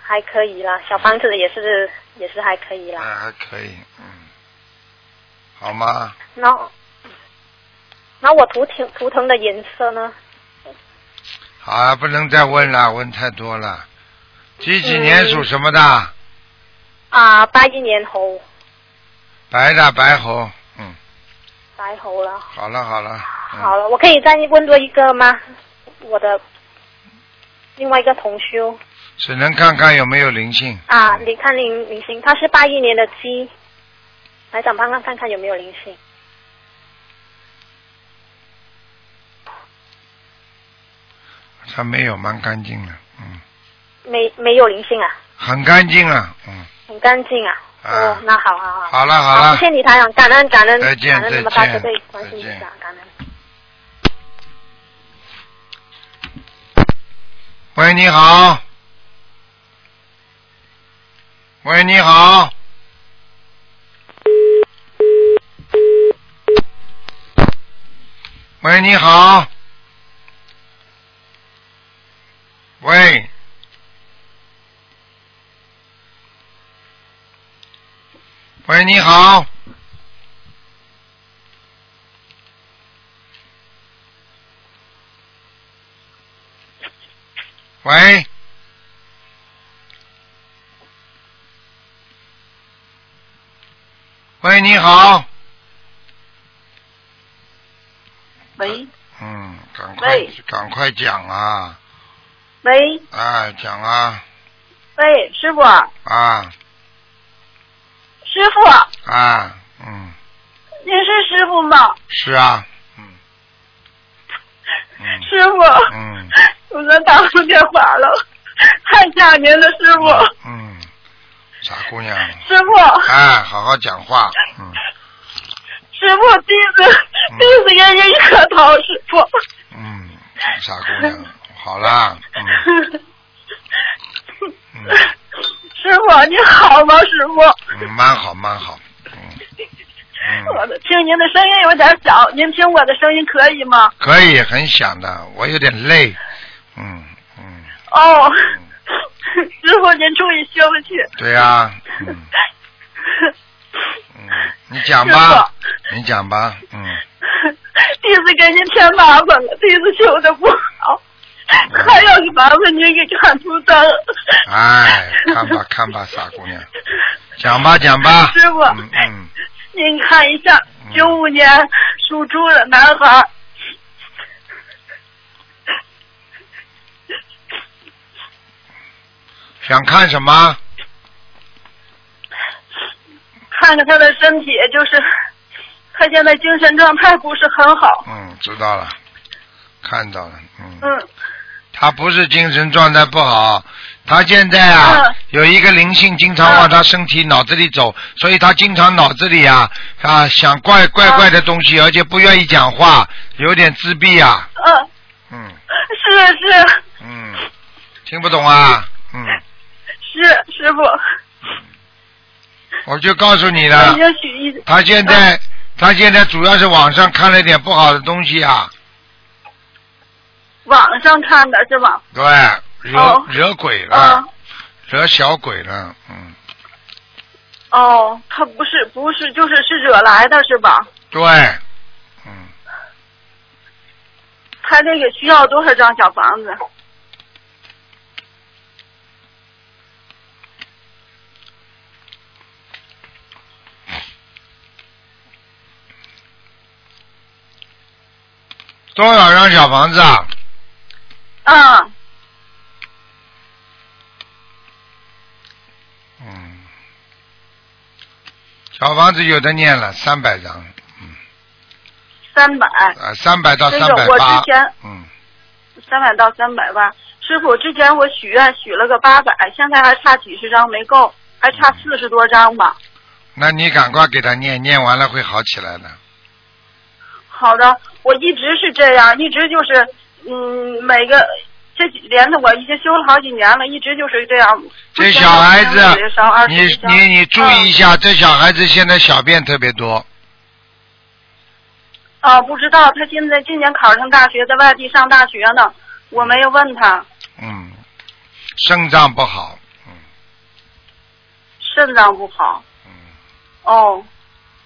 F: 还可以啦，小房子也是也是还可以啦。
A: 还还可以，嗯，好吗？
F: 然后，然后我图腾图腾的颜色呢？
A: 好啊，不能再问了，问太多了。几几
F: 嗯
A: 年属什么的？
F: 啊，八一年猴，
A: 白的白猴，嗯，
F: 白猴了。
A: 好了好了，嗯、
F: 好了，我可以再问多一个吗？我的另外一个同修
A: 只能看看有没有灵性。
F: 啊，你看林林星，他是八一年的鸡，来长帮他看看有没有灵性。
A: 他没有，蛮干净的，嗯，
F: 没没有灵性啊，
A: 很干净啊，嗯，
F: 很干净啊。
A: 啊
F: 哦，那好好好。
A: 好了好了
F: 谢谢你台长，感恩感恩，
A: 再见
F: 感恩那么大
A: 再见
F: 慈悲关心一
A: 再见
F: 下，感恩。
A: 喂，你好，喂，你好，喂，你好，喂，喂，你好，喂，喂，你好，
G: 喂
A: 嗯，赶快
G: 喂
A: 赶快讲啊，
G: 喂
A: 啊，讲啊，
G: 喂，师傅，
A: 啊
G: 师傅，
A: 啊，嗯，
G: 您是师傅吗？
A: 是啊，嗯，嗯
G: 师傅，
A: 嗯
G: 我昨天打不通电话了，太想您了，师傅，
A: 嗯，傻姑娘，
G: 师傅，
A: 哎，好好讲话，嗯
G: 师傅，弟子弟子给您磕头，师傅，
A: 嗯，傻姑娘，好啦，嗯，
G: 师傅你好吗？师傅，
A: 嗯，蛮好蛮好，嗯
G: 我
A: 嗯，
G: 的听您的声音有点小，您听我的声音可以吗？
A: 可以，很响的，我有点累，嗯嗯，
G: 哦，师傅您注意休息。
A: 对呀、嗯嗯，你讲吧，你讲吧，嗯，
G: 弟子给您添麻烦了，弟子修的不好，
A: 嗯
G: 还要是麻烦您给看图灯。
A: 哎，看吧看吧，傻姑娘，讲吧讲吧，
G: 师傅
A: 嗯嗯，
G: 您看一下，
A: 嗯
G: 九五年属猪的男孩，
A: 想看什么？
G: 看看他的身体，就是他现在精神状态不是很好。
A: 嗯，知道了，看到了，嗯。
G: 嗯，
A: 他不是精神状态不好，他现在啊、
G: 嗯
A: 有一个灵性经常往他身体脑子里走，所以他经常脑子里啊啊想怪怪怪的东西，而且不愿意讲话，有点自闭啊，
G: 嗯、
A: 嗯
G: 是是
A: 嗯，听不懂啊，嗯，
G: 是，师傅，
A: 我就告诉你
G: 我已
A: 了，
G: 经许一
A: 他现
G: 啊
A: 在、他现在主要是网上看了点不好的东西啊，
G: 网上看的是吧？
A: 对，惹、
G: 哦
A: 惹鬼了，
G: 嗯。
A: 惹小鬼了，嗯，
G: 哦，他不是不是，就是是惹来的是吧？
A: 对，嗯。
G: 他这个需要多少张小房子？
A: 多少张小房子啊？
G: 嗯，
A: 嗯，小房子有的念了三百张，
G: 三百，
A: 啊，三百到
G: 这
A: 三
G: 个
A: 百
G: 我
A: 八
G: 之，前
A: 嗯，
G: 三百到三百吧。师傅，之前我许愿许了个八百，现在还差几十张没够，还差
A: 嗯
G: 四十多张吧。
A: 那你赶快给他念，念完了会好起来的。
G: 好的，我一直是这样，一直就是，嗯，每个这几连着我已经修了好几年了，一直就是这样。
A: 这小孩子
G: 不行就烧20，
A: 你
G: 张嗯
A: 你你注意一下，这小孩子现在小便特别多，
G: 啊，不知道他现在今年考上大学，在外地上大学呢，我没有问他
A: 嗯，肾脏不好，
G: 肾脏不好。
A: 嗯，
G: 哦，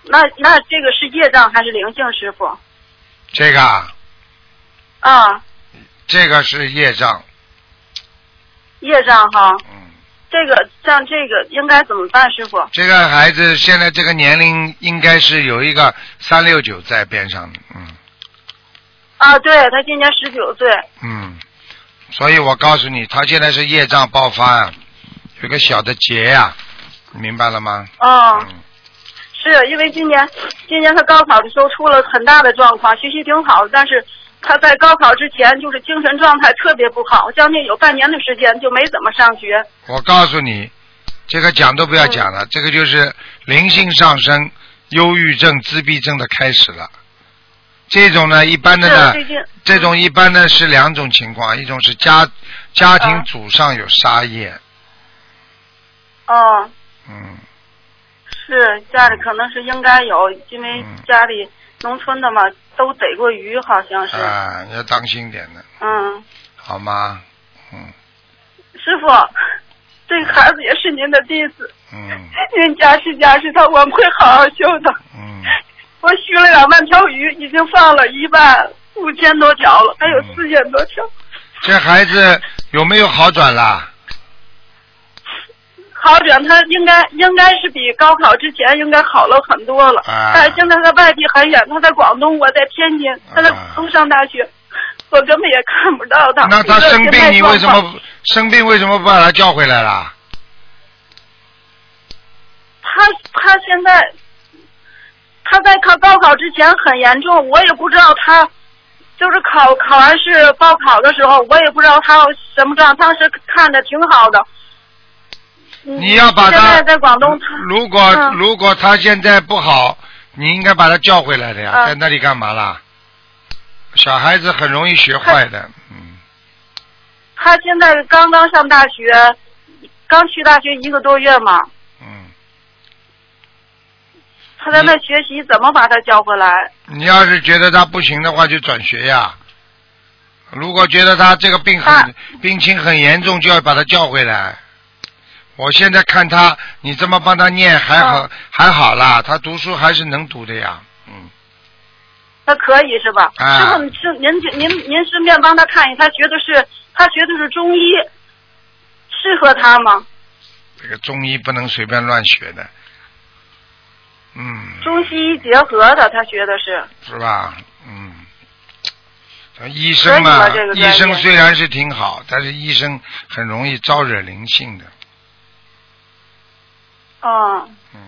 G: 那那这个是业障还是灵性师傅？
A: 这个啊，
G: 啊，
A: 这个是业障，
G: 业障哈，
A: 嗯，
G: 这个像这个应该怎么办，师傅？
A: 这个孩子现在这个年龄应该是有一个三六九在边上的，嗯。
G: 啊，对他今年十九岁，
A: 嗯，所以我告诉你，他现在是业障爆发啊，有个小的结呀、你明白了吗？
G: 哦，
A: 嗯，
G: 是因为今年今年他高考的时候出了很大的状况，学习挺好的，但是他在高考之前就是精神状态特别不好，将近有半年的时间就没怎么上学。
A: 我告诉你，这个讲都不要讲了，这个就是灵性上升、忧郁症、自闭症的开始了。这种呢，一般的
G: 是
B: 啊
A: 呢
G: 最，近
A: 这种一般呢是两种情况，一种是家家庭
G: 啊
A: 祖上有杀业，
G: 哦。
A: 嗯，
G: 是家里可能是应该有，因为
A: 嗯
G: 家里农村的嘛，都逮过鱼，好像是。
A: 啊，要当心点的，
G: 嗯，
A: 好吗？嗯
G: 师傅，这个孩子也是您的弟子，
A: 嗯
G: 您家是家是他，我们会好好修的。
A: 嗯，
G: 我许了两万条鱼，已经放了一万五千多条了，还有
A: 嗯
G: 四千多条，
A: 这孩子有没有好转啦？
G: 好转。他应该应该是比高考之前应该好了很多了，
A: 啊
G: 但是现在他外地很远，他在广东，我在天津，他在
A: 啊
G: 广东上大学。我根本也看不到他。
A: 那他生
G: 现在
A: 病，你为什
G: 状
A: 么
G: 况
A: 不生病？为什么不把他叫回来啦？
G: 他他现在他在考高考之前很严重，我也不知道他就是考考完试报考的时候，我也不知道他什么状，当时看着挺好的。嗯
A: 你要把
G: 现
A: 他
G: 在在广东，他
A: 如果、
G: 嗯
A: 如果他现在不好，你应该把他叫回来的呀，
G: 嗯
A: 在那里干嘛啦？小孩子很容易学坏的，嗯，
G: 他现在刚刚上大学，刚去大学一个多月嘛，
A: 嗯，
G: 他在那学习怎么把他教回来？
A: 你要是觉得他不行的话，就转学呀。如果觉得他这个病
G: 啊
A: 很病情很严重，就要把他叫回来。我现在看他，你这么帮他念还好、
G: 啊
A: 还好啦，他读书还是能读的呀。嗯，
G: 他可以是吧？
A: 啊
G: 师傅，你是您就您您顺便帮他看一下，他学的是他学的是中医，适合他吗？
A: 这个中医不能随便乱学的。嗯，
G: 中西医结合的，他学的是
A: 是吧？嗯，医生嘛
G: 所以嘛这，个
A: 医
G: 专
A: 生
G: 业
A: 虽然是挺好，但是医生很容易招惹灵性的。
G: 嗯。
A: 嗯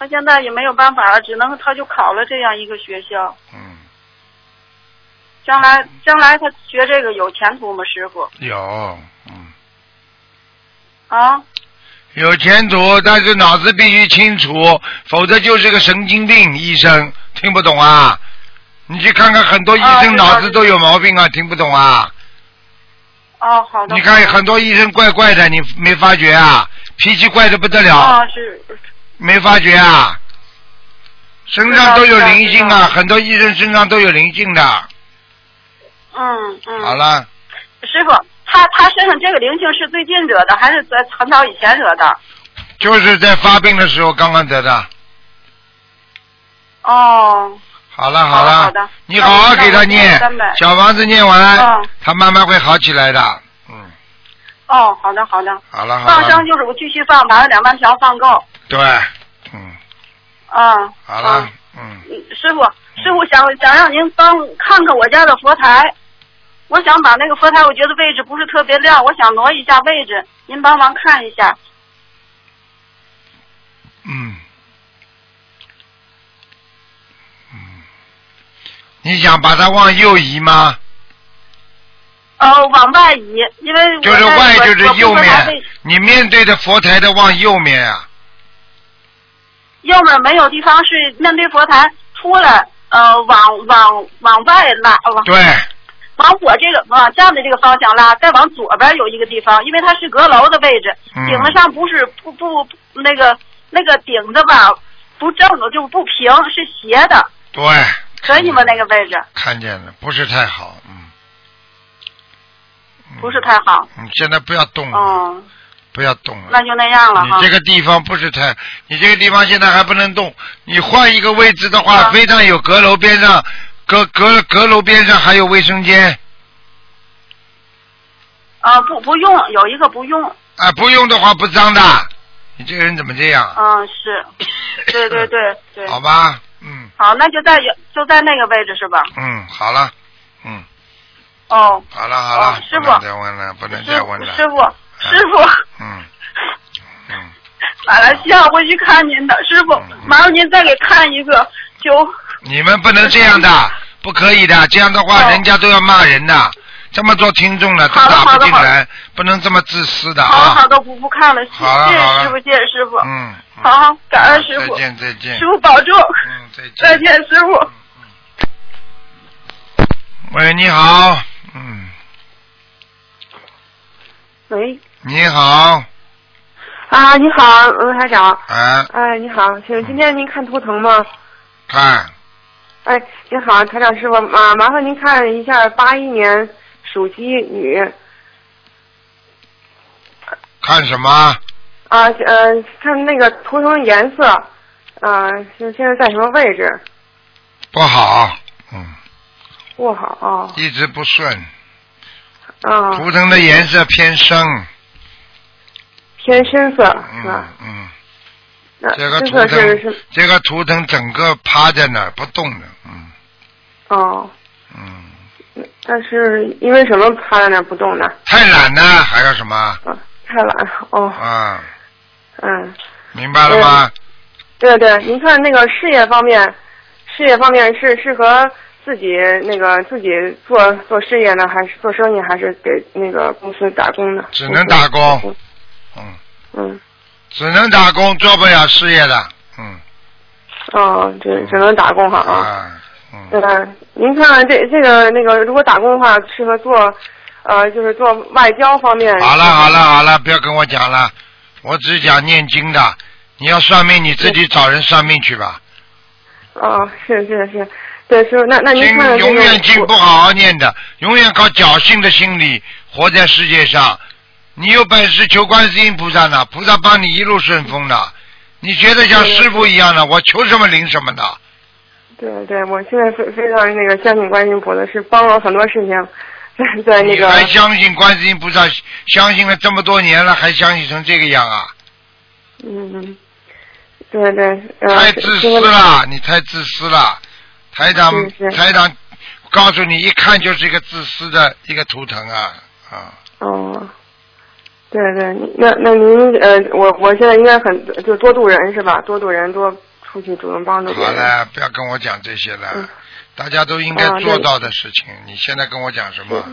G: 他现在也没有办法了，只能他就考了这样一个学校。
A: 嗯，
G: 将来将来他学这个有前途吗？师傅
A: 有嗯
G: 啊，
A: 有前途，但是脑子必须清楚，否则就是个神经病。医生听不懂啊？你去看看，很多医
G: 啊
A: 生
G: 知道
A: 脑子
G: 知道
A: 都有毛病啊，听不懂啊？
G: 哦，好的。
A: 你看很多医生怪怪的，你没发觉啊？脾气怪的不得了。
B: 哦
G: 啊，是
A: 没发觉啊？身上都有灵性
G: 知道
A: 啊，很多医生身上都有灵性的。
G: 嗯嗯。
A: 好了，
G: 师傅，他他身上这个灵性是最近惹的，还是在很早以前惹的？
A: 就是在发病的时候刚刚得的。
G: 哦，
A: 好了
G: 好的
A: 了，
G: 好的
A: 你好好给他念
G: 那我知道了
A: 小房子念完，
G: 嗯
A: 他慢慢会好起来的。嗯，
G: 哦，好的好的，
A: 好了好
G: 放生
A: 了，
G: 就是我继续放，把那两万条放够。
A: 对，嗯，
G: 嗯，
A: 好了
G: 嗯，
A: 嗯，
G: 师傅，师傅想想让您帮看看我家的佛台，我想把那个佛台，我觉得位置不是特别亮，我想挪一下位置，您帮忙看一下。
A: 嗯，嗯，你想把它往右移吗？
G: 呃，往外移，因为我
A: 就是
G: 在
A: 外
G: 我
A: 就是
G: 我不
A: 右
G: 会把
A: 面
G: 位，
A: 你面对的佛台的往右面啊。
G: 右面没有地方是面对佛台出来，呃，往往往外拉，呃往
A: 对，
G: 往我这个往站的这个方向拉，再往左边有一个地方，因为它是阁楼的位置，
A: 嗯
G: 顶子上不是不不那个那个顶子吧，不正的就不平，是斜的，
A: 对，
G: 可以吗？那个位置
A: 看见了，不是太好，嗯，嗯
G: 不是太好，
A: 你现在不要动了，
G: 嗯，
A: 不要动了
G: 那。就那样了哈
A: 你。这个地方不是太，你这个地方现在还不能动。你换一个位置的话，
G: 啊
A: 非常有阁楼边上，阁阁阁楼边上还有卫生间
G: 啊，不不用，有一个不用，
A: 啊，不用的话不脏的。你这个人怎么这样？
G: 嗯，是，对对对对，
A: 好吧，嗯
G: 好，那就在就在那个位置是吧？
A: 嗯，好了，嗯，
G: 哦，
A: 好了好了，
G: 哦师
A: 不
G: 傅
A: 能再问了，不能
G: 师
A: 再问
G: 傅
A: 了，啊
G: 师傅师傅。
A: 嗯嗯。
G: 马来西亚会去看您的，师傅，麻烦您再给看一个，就
A: 你们不能这样的，不可以的，这样的话
G: 哦
A: 人家都要骂人的。这么多听众了，都
G: 好的
A: 打
G: 好
A: 不
G: 的
A: 进
G: 好的
A: 来，不能这么自私的
G: 好
A: 啊！
G: 好的不不看了，谢
A: 好了
G: 谢
A: 好了
G: 师傅，谢谢师傅，
A: 嗯，嗯
G: 好，好，感恩师
A: 再
G: 傅，
A: 见再见
G: 师，傅保重，
A: 嗯，再见
G: 再见师傅。
A: 喂，你好，嗯，
H: 喂，
A: 你好，
H: 啊，你好，卢台长，
A: 啊，
H: 哎，你好，请今天您看图腾吗？
A: 看
H: 哎，你好，台长师傅，麻麻烦您看一下八一年属鸡女，
A: 看什么？
H: 啊，呃，看那个图腾颜色，啊，现现在在什么位置？
A: 不好，嗯，
H: 不好啊，
A: 一直不顺，
G: 嗯
H: 啊，
A: 图腾的颜色偏深，
H: 偏深色是
A: 嗯
H: 吧？
A: 嗯，
H: 那
A: 这个
H: 深
A: 图
H: 色是
A: 腾
H: 是，
A: 这个图腾整个趴在那儿不动的，嗯
H: 哦，
A: 嗯，
H: 但是因为什么趴在那儿不动呢？
A: 太懒了，还有什么？
H: 啊，太懒了，哦，
A: 啊，
H: 嗯。
A: 明白了吗？
H: 对对，您看那个事业方面，事业方面是适合自己那个自己做做事业呢，还是做生意，还是给那个公司打工呢？
A: 只能打工。嗯，
H: 嗯，
A: 只能打工，做不了事业的。嗯
H: 哦，只只能打工哈啊。
A: 啊，嗯
H: 对，您看这这个那个，如果打工的话，适合做呃，就是做外交方面。
A: 好了好了好了，不要跟我讲了，我只讲念经的。你要算命，你自己
H: 嗯
A: 找人算命去吧。
H: 哦，是是是，对，师傅，那那您
A: 经
H: 看看这个
A: 永远经
H: 我
A: 不好好念的，永远靠侥幸的心理活在世界上。你有本事求观世音菩萨呢，菩萨帮你一路顺风呢。你觉得像师傅一样的，我求什么灵什么呢？
H: 对对，我现在非非常那个相信观音菩萨，是帮了很多事情，在在那
A: 你
H: 个
A: 还相信观世音菩萨？相信了这么多年了，还相信成这个样啊？
H: 嗯嗯，对对，呃，
A: 太自私了，你太自私了，台长
H: 是是
A: 台长，告诉你，一看就是一个自私的一个图腾啊啊！
H: 哦，对对，那那您呃，我我现在应该很就多度人是吧？多度人，多出去主动帮助别
A: 好
H: 人。
A: 了，不要跟我讲这些了，
H: 嗯
A: 大家都应该
H: 啊对
A: 做到的事情，你现在跟我讲什么？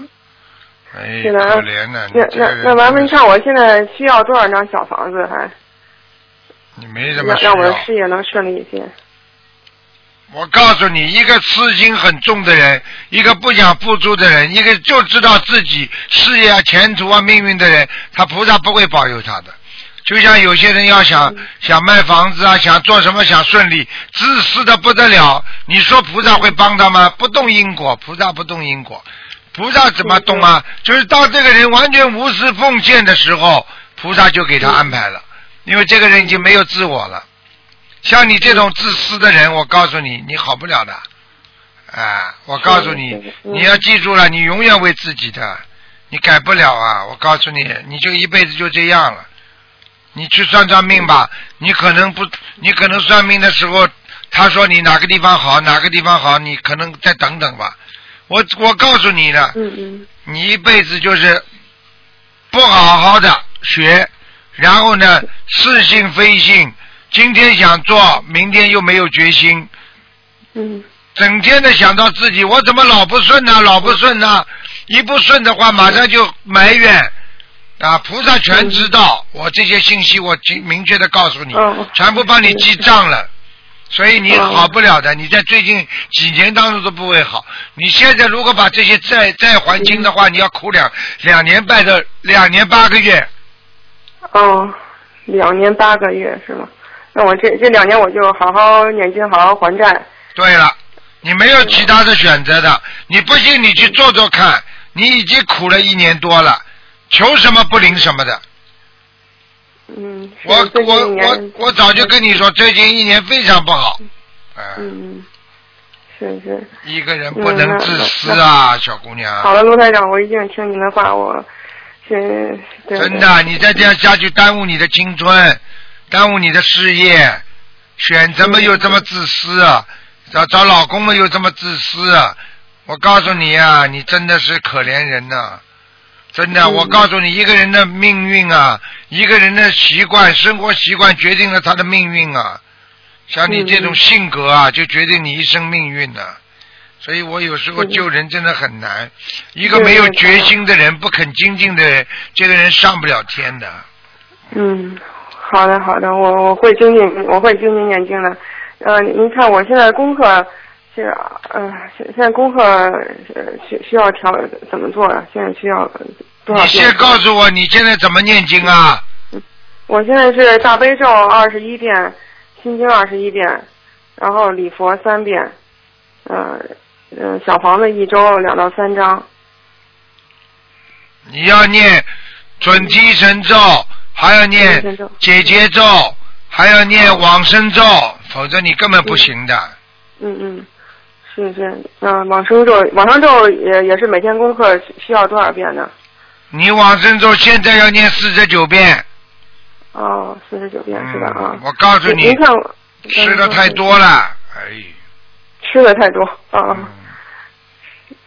A: 哎，
H: 嗯是的啊
A: 可怜呐、你
H: 那
A: 这个
H: 那
A: 人
H: 那麻
A: 真
H: 烦您
A: 的是
H: 看我现在需要多少张小房子，还
A: 你没什么
H: 让
A: 需
H: 让我的
A: 要。
H: 事业能顺利一些？
A: 我告诉你，一个私心很重的人，一个不想付出的人，一个就知道自己事业啊、前途啊、命运的人，他菩萨不会保佑他的。就像有些人要想想卖房子啊，想做什么想顺利，自私的不得了。你说菩萨会帮他吗？不动因果，菩萨不动因果，菩萨怎么动啊？就是到这个人完全无私奉献的时候，菩萨就给他安排了，因为这个人已经没有自我了。像你这种自私的人，我告诉你，你好不了的。啊，我告诉
H: 是是
A: 你
H: 是，嗯
A: 你要记住了，你永远为自己的，你改不了啊！我告诉你，你就一辈子就这样了。你去算算命吧，你可能不，你可能算命的时候，他说你哪个地方好，哪个地方好，你可能再等等吧。我我告诉你了，
H: 嗯嗯
A: 你一辈子就是不好好的学，然后呢，似信非信，今天想做，明天又没有决心，
H: 嗯，
A: 整天的想到自己，我怎么老不顺呢、老不顺呢、一不顺的话，马上就埋怨。啊，菩萨全知道，我这些信息我明明确的告诉你，
H: 哦
A: 全部帮你记账了，所以你
H: 哦
A: 好不了的。你在最近几年当中都不会好。你现在如果把这些债债还清的
H: 嗯
A: 话，你要苦两两年半的两年八个月。
H: 哦，两年八个月是吗？那我这这两年我就好好念经，好好还债。
A: 对了，你没有其他的选择的，你不信你去做做看，你已经苦了一年多了，求什么不灵什么的。
H: 嗯，是
A: 我
H: 最近
A: 我
H: 一
A: 我
H: 年
A: 我早就跟你说，最近一年非常不好，嗯，
H: 嗯，嗯是是。嗯
A: 一个人不能自私啊，小姑
H: 好
A: 娘，
H: 了，卢台长，我一定听您的话，我是对
A: 真的，你再这样下去，耽误你的青春，耽误你的事业，选择嘛又这么自私，啊找找老公嘛又这么自私，啊我告诉你啊，你真的是可怜人呐、真的，
H: 嗯
A: 我告诉你，一个人的命运啊，一个人的习惯、生活习惯决定了他的命运啊。像你这种
H: 嗯
A: 性格啊，就决定你一生命运啊呐、所以我有时候
H: 嗯
A: 救人真的很难。一个
H: 对
A: 没有
H: 对
A: 决心的人，不肯精进的人，这个人上不了天的。
H: 嗯，好的好的，我我会精进，我会精进念经的。呃，您看我现在功课是呃，现现在功课是需需要调怎么做啊呀？现在需要多少
A: 你
H: 遍
A: 先？告诉我，你现在怎么念经啊？
H: 我现在是大悲咒二十一遍，心经二十一遍，然后礼佛三遍，呃呃，小房子一周两到三张。
A: 你要念准提神咒，还要
H: 准提神
A: 念
H: 咒
A: 解结咒，还要念往生咒，否则你根本不行的。
H: 嗯嗯，是是，嗯、往生咒，往生咒也也是每天功课需需要多少遍呢？
A: 你往生咒现在要念四十九遍，
H: 哦，四十九遍是吧？啊
A: 嗯，，我告诉
H: 您
A: 你
H: 您，看我
A: 吃的
H: 嗯
A: 太，多了，哎，
H: 吃的太多
A: 嗯
H: 啊，，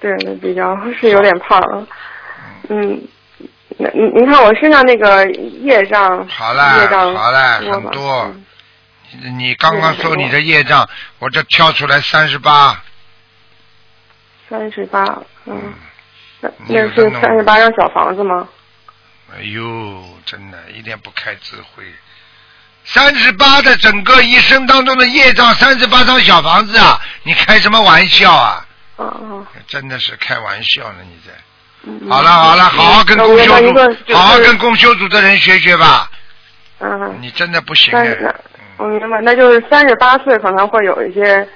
H: 对对，比较是有点胖了，嗯。那您您看我身上那个业障，
A: 好啦
H: 业障
A: 好啦
H: 多吧
A: 很多
H: 嗯
A: 你刚刚说你的业障，我这挑出来三十八，
H: 三十八，嗯
A: 嗯，，
H: 那
A: 你有
H: 那
A: 这
H: 是
A: 弄
H: 三十八张小房子吗？
A: 哎呦，真的，一点不开智慧。三十八的整个一生当中的业障，三十八张小房子啊！你开什么玩笑啊？
H: 啊啊，
A: 真的是开玩笑呢，你在。好了好了，好好跟公修
H: 嗯我明白一个就
A: 组，
H: 是
A: 好好跟公修组的人学学吧。
H: 嗯，
A: 你真的不行哎
H: 但
A: 的
H: 是，我明白，那就是三十八岁可能会有一些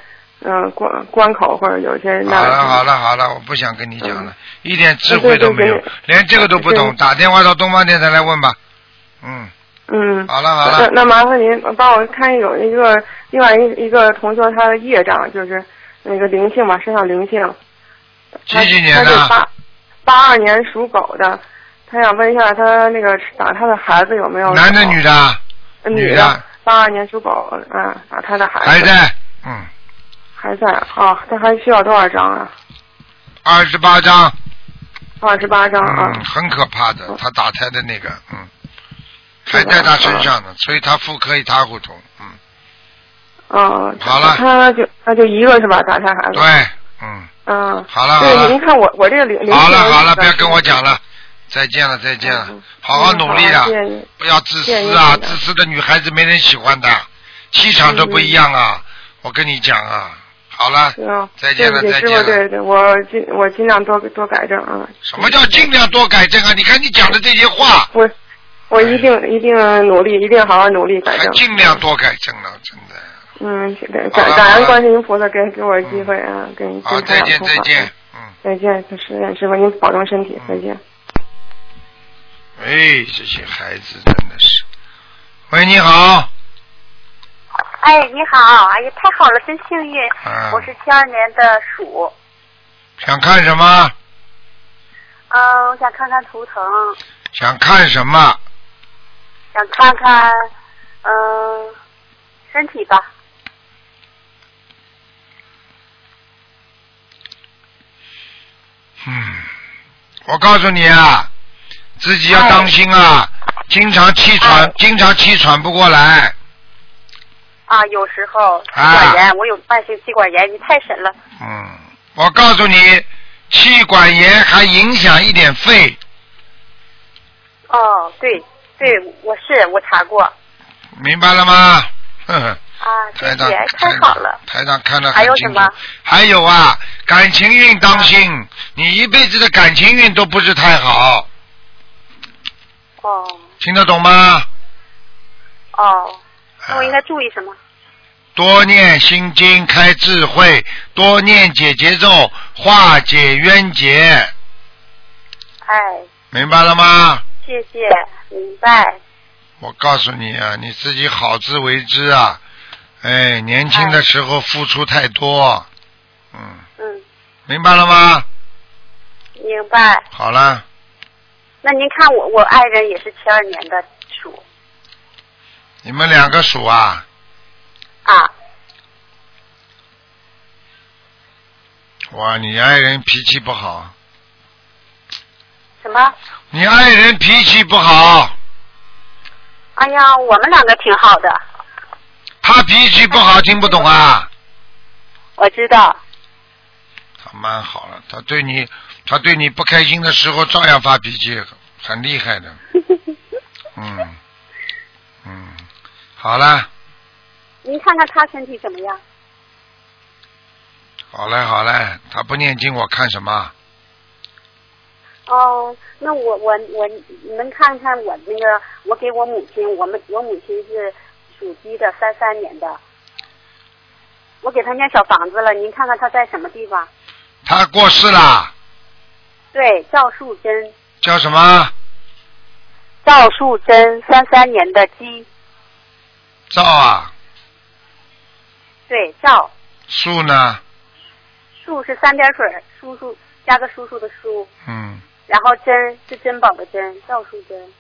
H: 嗯、关关口或者有一些那。嗯
A: 好了好了好了，我不想跟你讲了，一点智
H: 对
A: 慧
H: 对
A: 都没有
H: 对，
A: 连这个都不懂，
H: 对
A: 打电话到东方电台来问吧。嗯，
H: 嗯，
A: 好了好
H: 那
A: 了，
H: 那麻烦您帮我看有一个另外一一个同学他的业障就是那个灵性嘛，身上灵性。
A: 几几年
H: 他是
A: 的？
H: 八八二年属狗的，他想问一下他那个打他的孩子有没有？
A: 男的女？的？
H: 呃
A: 女
H: 女
A: 的。
H: 八二年属狗，嗯，打他的孩子。
A: 还。在？嗯，
H: 还在哦，他还需要多少张啊？
A: 二十八张。
H: 二十八张啊。
A: 嗯，很可怕的，
H: 嗯
A: 他打胎的那个，嗯，
H: 是嗯
A: 还
H: 吧
A: 在他身上呢，所以他妇科一塌糊涂，嗯，
H: 嗯。
A: 好了
H: 他就他就一个是吧？打他孩子。
A: 对。，嗯，
H: 嗯。
A: 好了好
H: 对，
A: 了
H: 您，看我我这个灵灵
A: 好
H: 性
A: 了好了，
H: 的
A: 不要跟我讲了，再见了再见了
H: 嗯，
A: 好好
H: 嗯
A: 努力
H: 好
A: 啊
H: 谢谢您，
A: 不要自
H: 谢谢
A: 私
H: 您
A: 啊，
H: 谢谢
A: 自私的女孩子没人喜欢的，气场都不一样啊，我跟你讲啊，好了，
H: 嗯是啊，
A: 再见了
H: 对不
A: 再
H: 起师
A: 见
H: 傅，
A: 了，
H: 对对，我尽我尽量多多改正啊。
A: 什么叫尽量多改正啊？你看你讲的这些话，
H: 我我一定一定努力，一定好好努力改
A: 哎还
H: 正。
A: 尽量多改正了，真的，
H: 嗯，感
A: 好了
H: 感感
A: 好了嗯
H: 恩观世音菩萨给给我机会啊，给你
A: 好，再见再见，嗯。
H: 再见，师傅师傅，您保重身体，再见。
A: 哎，这些孩子真的是。喂，你好，
B: 哎，你好，哎呀，太好了，真幸运。
A: 嗯
B: 我是七二年的鼠，
A: 想看什么？
B: 嗯、我想看看图腾，
A: 想看什么？
B: 想看看，嗯、身体吧。
A: 嗯，我告诉你啊，自己要当心啊，经常气喘，经常气喘不过来。
B: 啊，有时候气
A: 啊
B: 管炎，我有慢性气管炎，你太神了。
A: 嗯，我告诉你，气管炎还影响一点肺。
B: 哦，对，对，我是我查过
A: 明白了吗？呵呵
B: 啊，谢
A: 台
B: 谢
A: 长，，
B: 太好了。。
A: 台长看了
B: 还
A: 很
B: 有
A: 清
B: 什
A: 楚
B: 么。
A: 还有啊，感情运当心，你一辈子的感情运都不是太好，
B: 哦
A: 听得懂吗？
B: 哦，那我应该
A: 啊
B: 注意什么？
A: 多念心经，开智慧，多念解结咒，化解冤结，
B: 哎，
A: 明白了吗？
B: 谢谢，明白。
A: 我告诉你啊，你自己好自为之啊！哎，年轻的时候付出太多，嗯，
B: 嗯，
A: 明白了吗？
B: 明白。
A: 好了，
B: 那您看我，我爱人也是七二年的鼠
A: 你们两个属啊，
B: 啊。
A: 哇，你爱人脾气不好，
B: 什么？
A: 你爱人脾气不好，
B: 哎呀，我们两个挺好的，
A: 他脾气不好，听不懂啊？
B: 我知道。
A: 他蛮好了，他对你，他对你不开心的时候照样发脾气，很厉害的。嗯，嗯，好了，
B: 您看看他身体怎么样？
A: 好了，好了，他不念经，我看什么？
B: 哦，那我我我，你们看看我那个，我给我母亲，我们我母亲是属鸡的，三三年的。我给她念小房子了，您看看她在什么地方？
A: 他过世了，
B: 对，赵树珍，
A: 叫什么？
B: 赵树珍，三三年的鸡，
A: 赵啊，
B: 对，赵
A: 树呢？
B: 树是三点水儿，叔叔加个叔叔的叔，
A: 嗯，
B: 然后珍是珍宝的珍，赵树珍。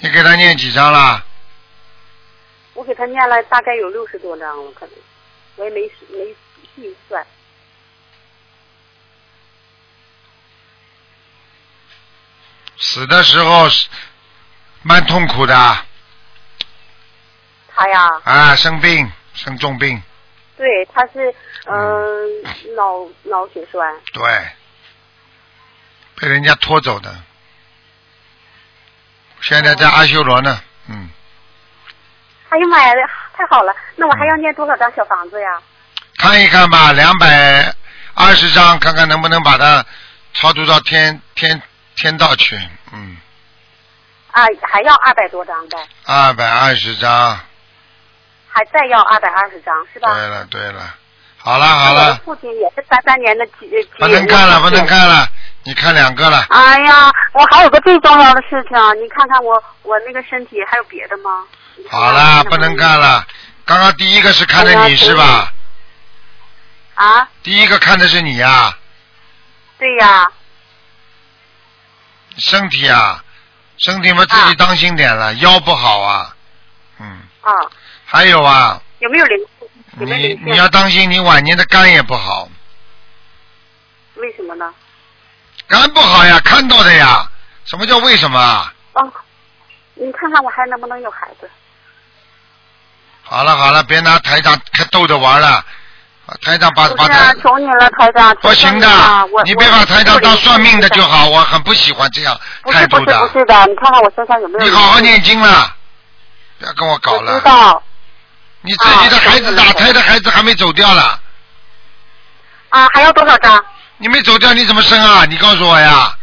A: 你给他念几张了？
B: 我给他念了大概有六十多章了，可能我也没数没细算。
A: 死的时候是蛮痛苦的
B: 他呀，
A: 啊，生病，生重病，
B: 对，他是嗯、脑脑血栓，
A: 对，被人家拖走的，现在在阿修罗呢，嗯，
B: 哎呀妈呀，太好了！那我还要念多少张小房子呀？
A: 看一看吧，两百二十张，看看能不能把它超度到天天天道去，嗯，
B: 啊，还要二百多张呗，
A: 二百二十张，
B: 还再要二百二十张
A: 对
B: 是吧？
A: 了对了，好了好
B: 我的
A: 了，
B: 父亲也是三三年的几几。
A: 啊不能看了不能看
B: 了。
A: 了，你看两个了，
B: 哎呀，我还有个最重要的事情，你看看我我那个身体还有别的吗？
A: 好了不能看了，刚刚第一个是看的你是吧？
B: 啊，
A: 第一个看的是你啊呀、
B: 对呀，
A: 身体啊，身体嘛自己当心点了，腰不好啊，嗯，
B: 啊，
A: 还有啊，
B: 有没有灵性？有没有
A: 你
B: 灵
A: 你
B: 性？
A: 要当心，你晚年的肝也不好，
B: 为什么呢？
A: 肝不好呀，看到的呀，什么叫为什么啊？
B: 哦，你看看我还能不能有孩子？
A: 好了好了，别拿台长开逗着玩了，啊台长把
B: 不
A: 把
B: 是啊
A: 他，
B: 求你了，台长。
A: 不行的
B: 求你了我，
A: 你别把台长当算命的就。
B: 我
A: 好，我很不喜欢这样
B: 不
A: 态
B: 是不
A: 度
B: 是不
A: 的，
B: 是的，你看看我身上有没有？
A: 你好好念经了，不要跟我搞
B: 我知
A: 了，
B: 道
A: 你自己的
B: 啊
A: 孩子
B: 我
A: 打胎的孩子还没走掉了。
B: 啊，还要多少张？
A: 你没走掉，你怎么生啊？你告诉我呀，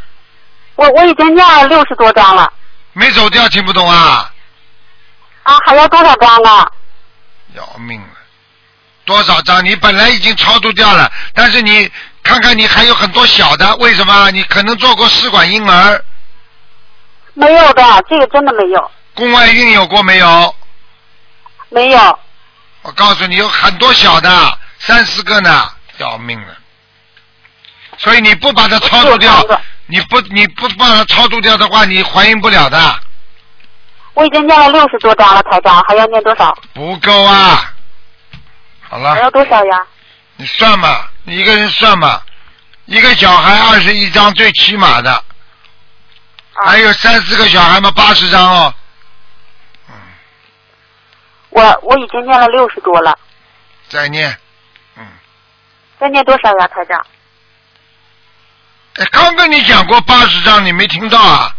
B: 我我已经念了六十多张了
A: 没走掉听不懂啊，
B: 啊，还要多少张啊呢？
A: 要命了！多少张？你本来已经超度掉了，但是你看看你还有很多小的，为什么？你可能做过试管婴儿，
B: 没有的，这个真的没有，
A: 宫外孕有过没有？
B: 没有。
A: 我告诉你，有很多小的，三四个呢，要命了！所以你不把它超度
B: 我
A: 掉
B: 只有三个，
A: 你不你不把它超度掉的话，你怀孕不了的，
B: 我已经念了六十多张了，台长，还要念多少？
A: 不够啊！好了。
B: 还要多少呀？
A: 你算吧，你一个人算吧，一个小孩二十一张最起码的，
B: 啊
A: 还有三四个小孩嘛，八十张哦。
B: 我我已经念了六十多了，
A: 再念，
B: 再念多少呀，台长？
A: 哎，刚跟你讲过八十张，你没听到啊？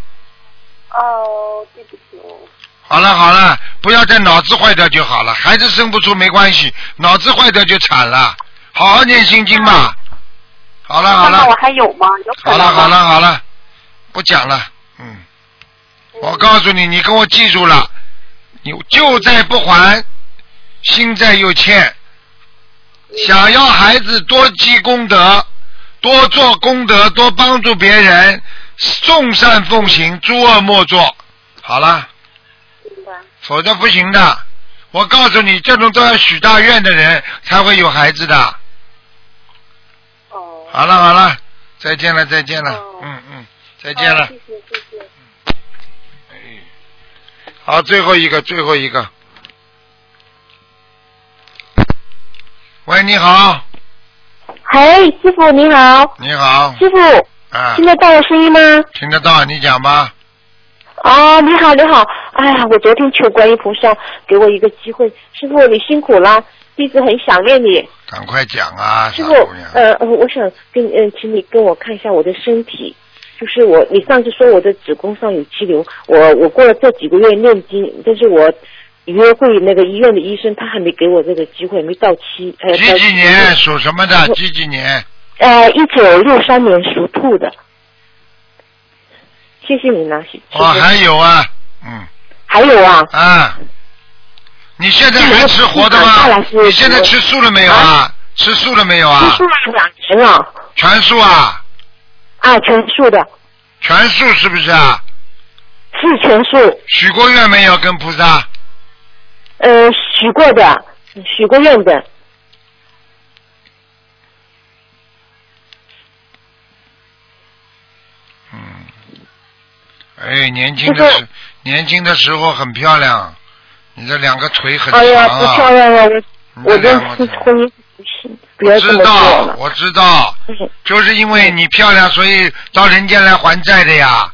B: 哦，对不起，
A: 好了好了，不要再脑子坏掉就好了，孩子生不出没关系，脑子坏掉就惨了。好好念心经吧。
B: 啊
A: 好了好
B: 看看我
A: 了，
B: 还有吗？有可
A: 好了
B: 能吗
A: 好了。好了，不讲了，嗯。我告诉你，你跟我记住了，你旧债不还，新债又欠。想要孩子多积功德，多做功德，多帮助别人，众善奉行，诸恶莫作。好了，
B: 明白
A: 否则不行的。我告诉你，这种都要许大愿的人才会有孩子的。
B: 哦。
A: 好了好了，再见了再见了，
B: 哦
A: 嗯嗯，再见了哎
B: 哦。谢谢谢谢。
A: 好，最后一个，最后一个。喂，你好，
I: 嘿，师傅你好，
A: 你好，
I: 师傅
A: 啊
I: 听，得到我声音吗？
A: 听得到，你讲吧。
I: 哦，你好，你好，哎呀，我昨天求观音菩萨给我一个机会，师傅你辛苦啦，弟子很想念你，
A: 赶快讲啊，
I: 师
A: 傻
I: 傅
A: 姑娘，。
I: 呃，呃我想跟呃，请你跟我看一下我的身体，就是我，你上次说我的子宫上有肌瘤，我我过了这几个月念经，但是我约会那个医院的医生，他还没给我这个机会，没到期，还有
A: 几几年属什么的？几几年？
I: 呃，一九六三年属兔的。谢谢你呢，师师
A: 我
I: 傅。
A: 还有啊，嗯
I: 还有啊，
A: 啊，你现在还吃活的吗
I: 这个？是
A: 你现在吃素了没有啊？吃素了没有
I: 吃
A: 啊
I: 素？啊，养殖啊，
A: 全素啊，
I: 啊，全素的，
A: 全素是不是啊？
I: 是全素，
A: 许过愿没有跟菩萨？
I: 呃，许过的，许过愿的，
A: 嗯，哎，年轻的
I: 就是
A: 时年轻的时候很漂亮，你这两个腿很
I: 哎
A: 长
I: 呀，不漂
A: 啊，
I: 亮了，
A: 你
I: 我我
A: 这
I: 这
A: 两个腿
I: 婚姻不幸，不
A: 我
I: 要这
A: 知
I: 么做
A: 道，
I: 了。
A: 我知道，
I: 嗯
A: 就是因为你漂亮，所以到人间来还债的呀。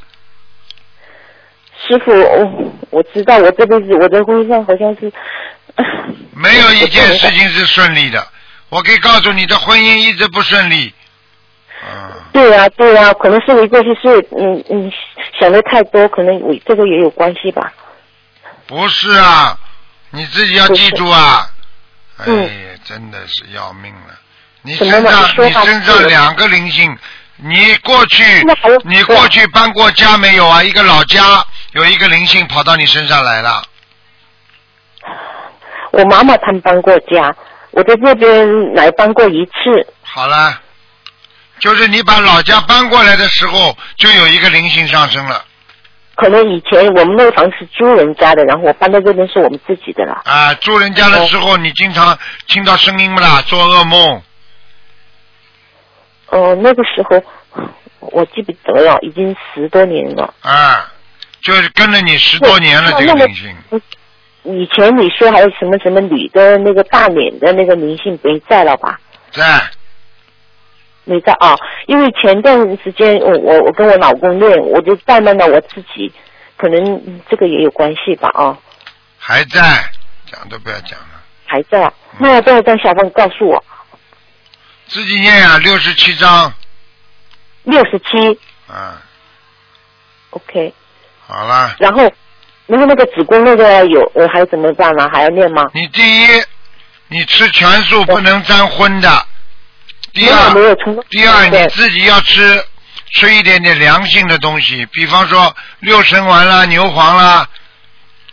I: 师傅，我我知道，我这辈子我的婚姻上好像是
A: 没有一件事。情是顺利的，我可以告诉你的婚姻一直不顺利。嗯，
I: 对呀、对呀、可能是我过去是嗯嗯想的太多，可能我这个也有关系吧。
A: 不是啊，你自己要记住啊，哎
I: 嗯
A: 呀，真的是要命了！你
I: 怎么
A: 身
I: 了
A: 上
I: 你说
A: 你
I: 吧
A: 身上
I: 是
A: 两个灵性，你过去
I: 那还有
A: 你过去搬过家没有啊？一个老家有一个灵性跑到你身上来了，
I: 我妈妈她们搬过家，我在这边来搬过一次。
A: 好了，就是你把老家搬过来的时候，就有一个灵性上升了
I: 可能以前我们那个房子是租人家的，然后我搬到这边是我们自己的了。
A: 啊！住人家的时候，
I: 嗯
A: 你经常听到声音不啦？做噩梦，
I: 哦、那个时候我记不得了，已经十多年了。
A: 啊，就是跟了你十多年了
I: 那
A: 这个
I: 那么
A: 灵性。
I: 以前你说还有什么什么女的那个大脸的那个明星没在了吧？
A: 在
I: 没在啊，因为前段时间我我我跟我老公练，我就怠慢了我自己，可能嗯这个也有关系吧啊，
A: 还在，讲都不要讲了，
I: 还在啊。那要不要让小凤告诉我
A: 自己念啊，六十七章，
I: 六十七
A: 啊，
I: ？OK，
A: 好了，
I: 然后然后那个子宫那个有我还怎么办呢、啊还要练吗？
A: 你第一，你吃全素不能沾荤的，第
I: 没有没
A: 二，
I: 有从
A: 第二你
I: 对
A: 自己要吃吃一点点良性的东西，比方说六神丸啦、牛黄啦，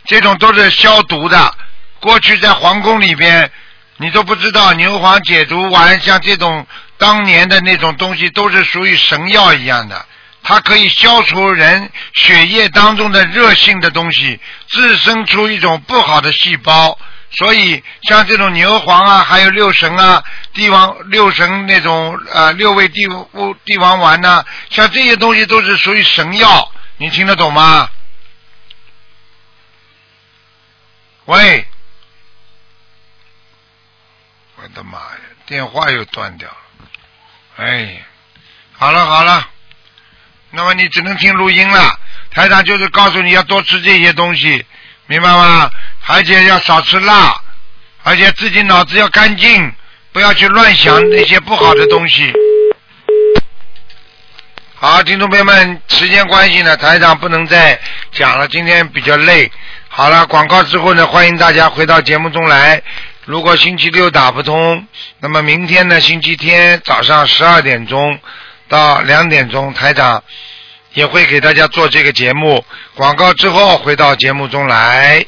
A: 这种都是消毒的。过去在皇宫里边，你都不知道牛黄解毒丸，像这种当年的那种东西，都是属于神药一样的。它可以消除人血液当中的热性的东西，滋生出一种不好的细胞。所以像这种牛黄啊，还有六神啊、帝王六神那种呃六味地物帝王丸呐、像这些东西都是属于神药，你听得懂吗？喂，我的妈呀，电话又断掉了，哎，好了好了。那么你只能听录音了。台长就是告诉你要多吃这些东西，明白吗？而且要少吃辣，而且自己脑子要干净，不要去乱想那些不好的东西。好，听众朋友们，时间关系呢，台长不能再讲了，今天比较累。好了，广告之后呢，欢迎大家回到节目中来。如果星期六打不通，那么明天呢，星期天早上十二点钟到两点钟，台长也会给大家做这个节目。广告之后回到节目中来。